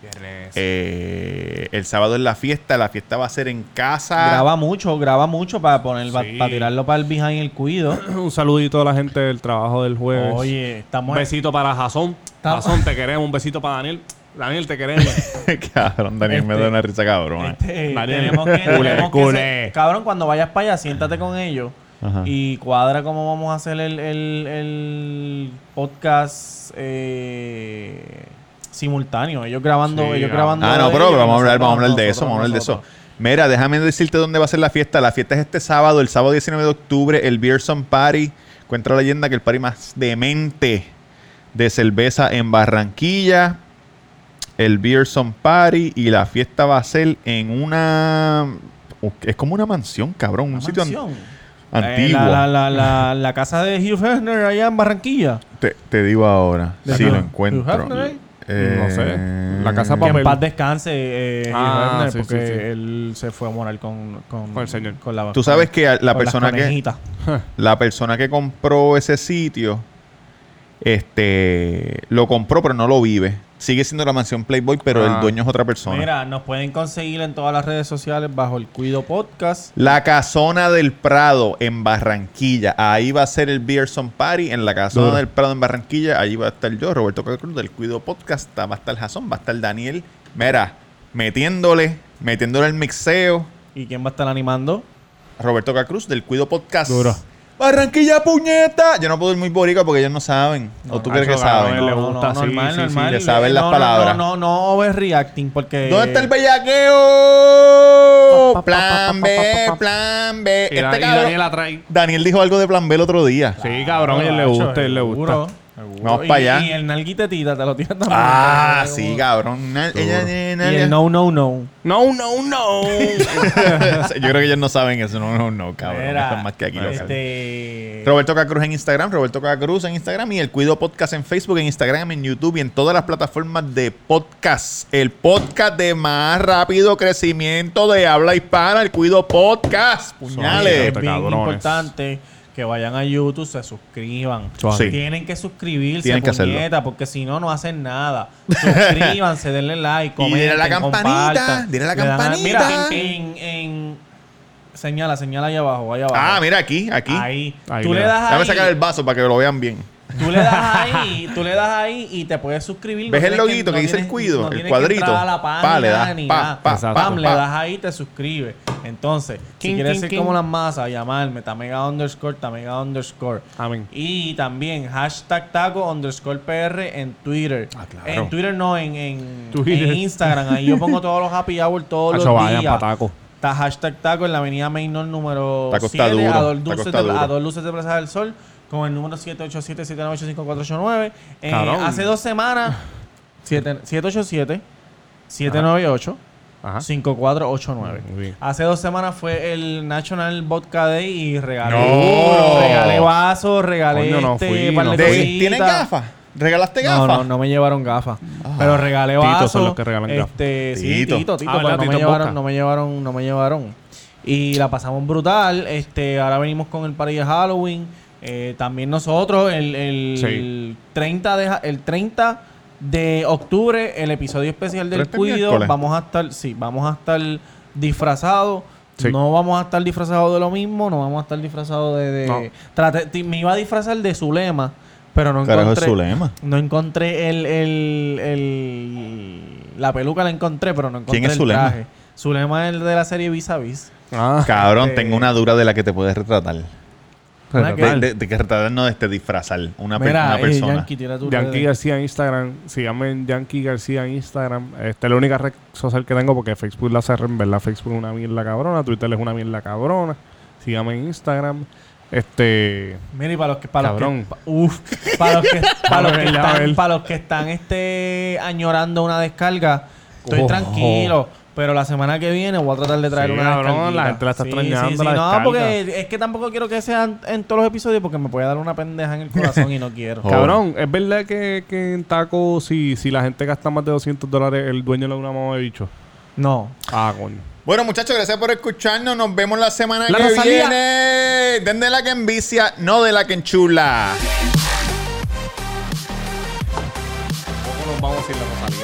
Viernes.
Eh, el sábado es la fiesta. La fiesta va a ser en casa.
Graba mucho, graba mucho para poner,
Sí.
para tirarlo para el behind el cuido.
<clears throat> Un saludito a la gente del trabajo del
Pues,
jueves.
Oye,
Un
estamos
besito para Jason.
Estamos-
Jason, te queremos. Un besito para Daniel. Daniel, te
<laughs>
queremos.
<laughs> cabrón, Daniel me
Este-
da una risa eh. cabrona.
Este,
Daniel,
tenemos que,
culé,
tenemos que
culé.
ser- cabrón, cuando vayas para allá, siéntate con ellos
Ajá.
y cuadra cómo vamos a hacer el, el- el podcast eh, simultáneo. Ellos grabando,
Sí,
ellos
ah.
grabando.
Ah, no,
de
pero
ellos,
vamos a hablar,
nosotros,
vamos a hablar de
nosotros,
eso, vamos a hablar de eso.
nosotros.
Mira, déjame decirte dónde va a ser la fiesta. La fiesta es este sábado, el sábado 19 de octubre, el Beerson Party. Cuenta la leyenda que el party más demente de cerveza en Barranquilla. El Beerson Party y la fiesta va a ser en una... Es como una mansión, cabrón. Un
Una
sitio an-
mansión. Eh,
antiguo.
la, la, la, la, la casa de Hugh Hefner allá en Barranquilla.
Te, te digo ahora,
¿De
si
qué?
lo
¿Hugh
encuentro.
Hefner, eh?
No sé. La casa
Que
papel.
en paz descanse eh,
Ah,
Hugh Hefner,
sí, sí,
porque
sí.
él se fue a morar con, con,
Con el señor.
con la
Tú sabes que la
con las
persona que
conejitas.
la persona que compró ese sitio este lo compró pero no lo vive. Sigue siendo la mansión Playboy, pero
Ah.
el dueño es otra persona.
Mira, nos pueden conseguir en todas las redes sociales bajo el Cuido Podcast.
La Casona del Prado en Barranquilla. Ahí va a ser el Beerson Party. En la Casona del Prado en Barranquilla. Allí va a estar yo, Roberto Cruz, del Cuido Podcast. Va a estar Jason, va a estar Daniel. Mira, metiéndole, metiéndole el mixeo.
¿Y quién va a estar animando?
Roberto Cruz del Cuido Podcast.
Duro.
Barranquilla puñeta. Yo no puedo ir muy borica porque ellos no saben. ¿O tú crees que
Nacho,
saben?
no, él le gusta, sí,
normal,
sí, sí,
normal.
le saben las
No, no,
palabras.
No, no, no, overreacting porque...
¿Dónde está el bellaqueo?
Pa, pa, pa, pa,
Plan
pa, pa,
B,
pa, pa.
plan B.
Y,
Este
Da- y
cabrón-
Daniel la trae.
Daniel dijo algo de plan B el otro día.
Sí, cabrón, a él le
Nacho,
gusta, a él le
seguro,
gusta.
seguro.
Vamos
Y-
pa' allá.
Y el nalguitetita te lo tiran también.
Ah,
Como-
sí, cabrón. Na- ella-
Y
ella-
el
<laughs>
no, no, no.
No, no, <laughs> no.
Yo creo que ellos no saben eso. No, no, no, cabrón.
Mira,
Están más que aquí lo saben.
este...
Roberto Cacruz en Instagram, Roberto Cacruz en Instagram y el Cuido Podcast en Facebook, en Instagram, en YouTube y en todas las plataformas de podcast. El podcast de más rápido crecimiento de habla hispana, el Cuido
es
Podcast. Puñales.
Sonido.
bien
cabrones.
importante que vayan a YouTube, se suscriban.
Sí.
Tienen que suscribirse,
Tienen que hacerlo.
puñeta, porque si no, no hacen
<laughs>
nada. Suscríbanse, denle like,
Y
comenten,
dile a la campanita,
compartan.
dile a la
Le dan
campanita.
mira, en, en- en- Señala, señala ahí abajo, ahí abajo.
Ah, mira aquí, aquí.
Ahí.
Ahí,
tú
mira.
le das
Déjame
ahí.
sacar el vaso para que lo vean bien.
Tú le das
<laughs>
ahí, tú le das ahí y te puedes suscribir. No
¿Ves el
tienes
loguito que dice el
tienes-
cuido? El
tienes que
cuadrito.
entrar a la
Pa,
página
le das,
ni
pa,
nada.
pa,
Exacto.
Pam, le
pa.
das ahí y te suscribes. Entonces, si
King,
quieres
king,
ser
king.
como las masas, llamarme tamega underscore, tamega underscore.
Amén.
Y también hashtag taco underscore PR en Twitter.
Ah, claro.
En Twitter no, en, en,
Twitter.
en Instagram. Ahí
<laughs>
yo pongo todos los happy hour todos
Nacho,
los
vayan
días.
pa' taco.
Está hashtag taco en la avenida Mainor número
Taco
7
está duro,
a, dos
taco
dulces
está
de-
duro.
a dos luces de Plaza del Sol con el número 787-798-5489. Eh,
Cabrón.
hace
<laughs>
dos semanas, 787-798-5489.
Ajá. Muy bien.
Hace dos semanas fue el National Vodka Day y regalé,
No.
regalé vasos, regalé
Coño, no
este,
fui,
par
no
de
fui.
De-
cositas.
¿Tienen gafas? ¿Regalaste
No,
gafas? Ah.
no, no me llevaron gafas. Pero regalé
Tito
vasos.
son los que regalan gafas.
este, Sí,
Tito.
Tito, Tito,
Ah,
pero
¿verdad?
no,
Tito
me
en
llevaron,
Boca.
no me llevaron, no me llevaron. Y la pasamos brutal. Este, ahora venimos con el party de Halloween. Eh, también nosotros, el, el
Sí.
30 de ja- el 30 de octubre, el episodio especial del
30
cuido.
miércoles.
Vamos a estar, sí, vamos a estar disfrazados.
Sí.
No vamos a estar disfrazados de lo mismo, no vamos a estar disfrazados de... de-
No.
Traté- ti- me iba a disfrazar de Zulema, pero no
Carajo, es
encontré...
su lema.
No encontré el, el, el- La peluca la encontré, pero no encontré
¿Quién es
el
Zulema?
traje. Zulema es el de la serie Vis a Vis.
Ah,
Cabrón,
Eh,
tengo una dura de la que te puedes retratar.
Una
De,
que-
de- de que retratar no de este disfrazar. Una, per-
Mira,
una
eh,
persona.
Yankee, tira tu
Yankee
red.
García en Instagram. Si llamen Yankee García en Instagram. Esta es la única red social que tengo porque Facebook la cerré. En verdad, Facebook es una mierda cabrona. Twitter es una mierda cabrona. Si en Instagram. Este.
Mira, y para los que... Para
Cabrón.
Los que, pa- uf, para los
<laughs>
que, para los
Déjame
que
ver, déjame
están,
ver.
para los que están este, añorando una descarga, estoy
Ojo.
tranquilo. Pero la semana que viene voy a tratar de traer
Sí,
una
cabrón,
descarguita.
la gente la está extrañando la
No,
descarga.
porque es que tampoco quiero que sean en todos los episodios porque me puede dar una pendeja en el corazón y no
<laughs>
quiero.
Joder.
Cabrón, es verdad que, que en taco, si, si la gente gasta más de 200 dólares, el dueño le da una mamá de bicho.
No.
Ah, coño.
Bueno, muchachos, gracias por escucharnos. Nos vemos la semana
La
que
Rosalía.
viene. Den de la que envicia, no de la que enchula.
¿Cómo nos vamos a ir la Rosalía?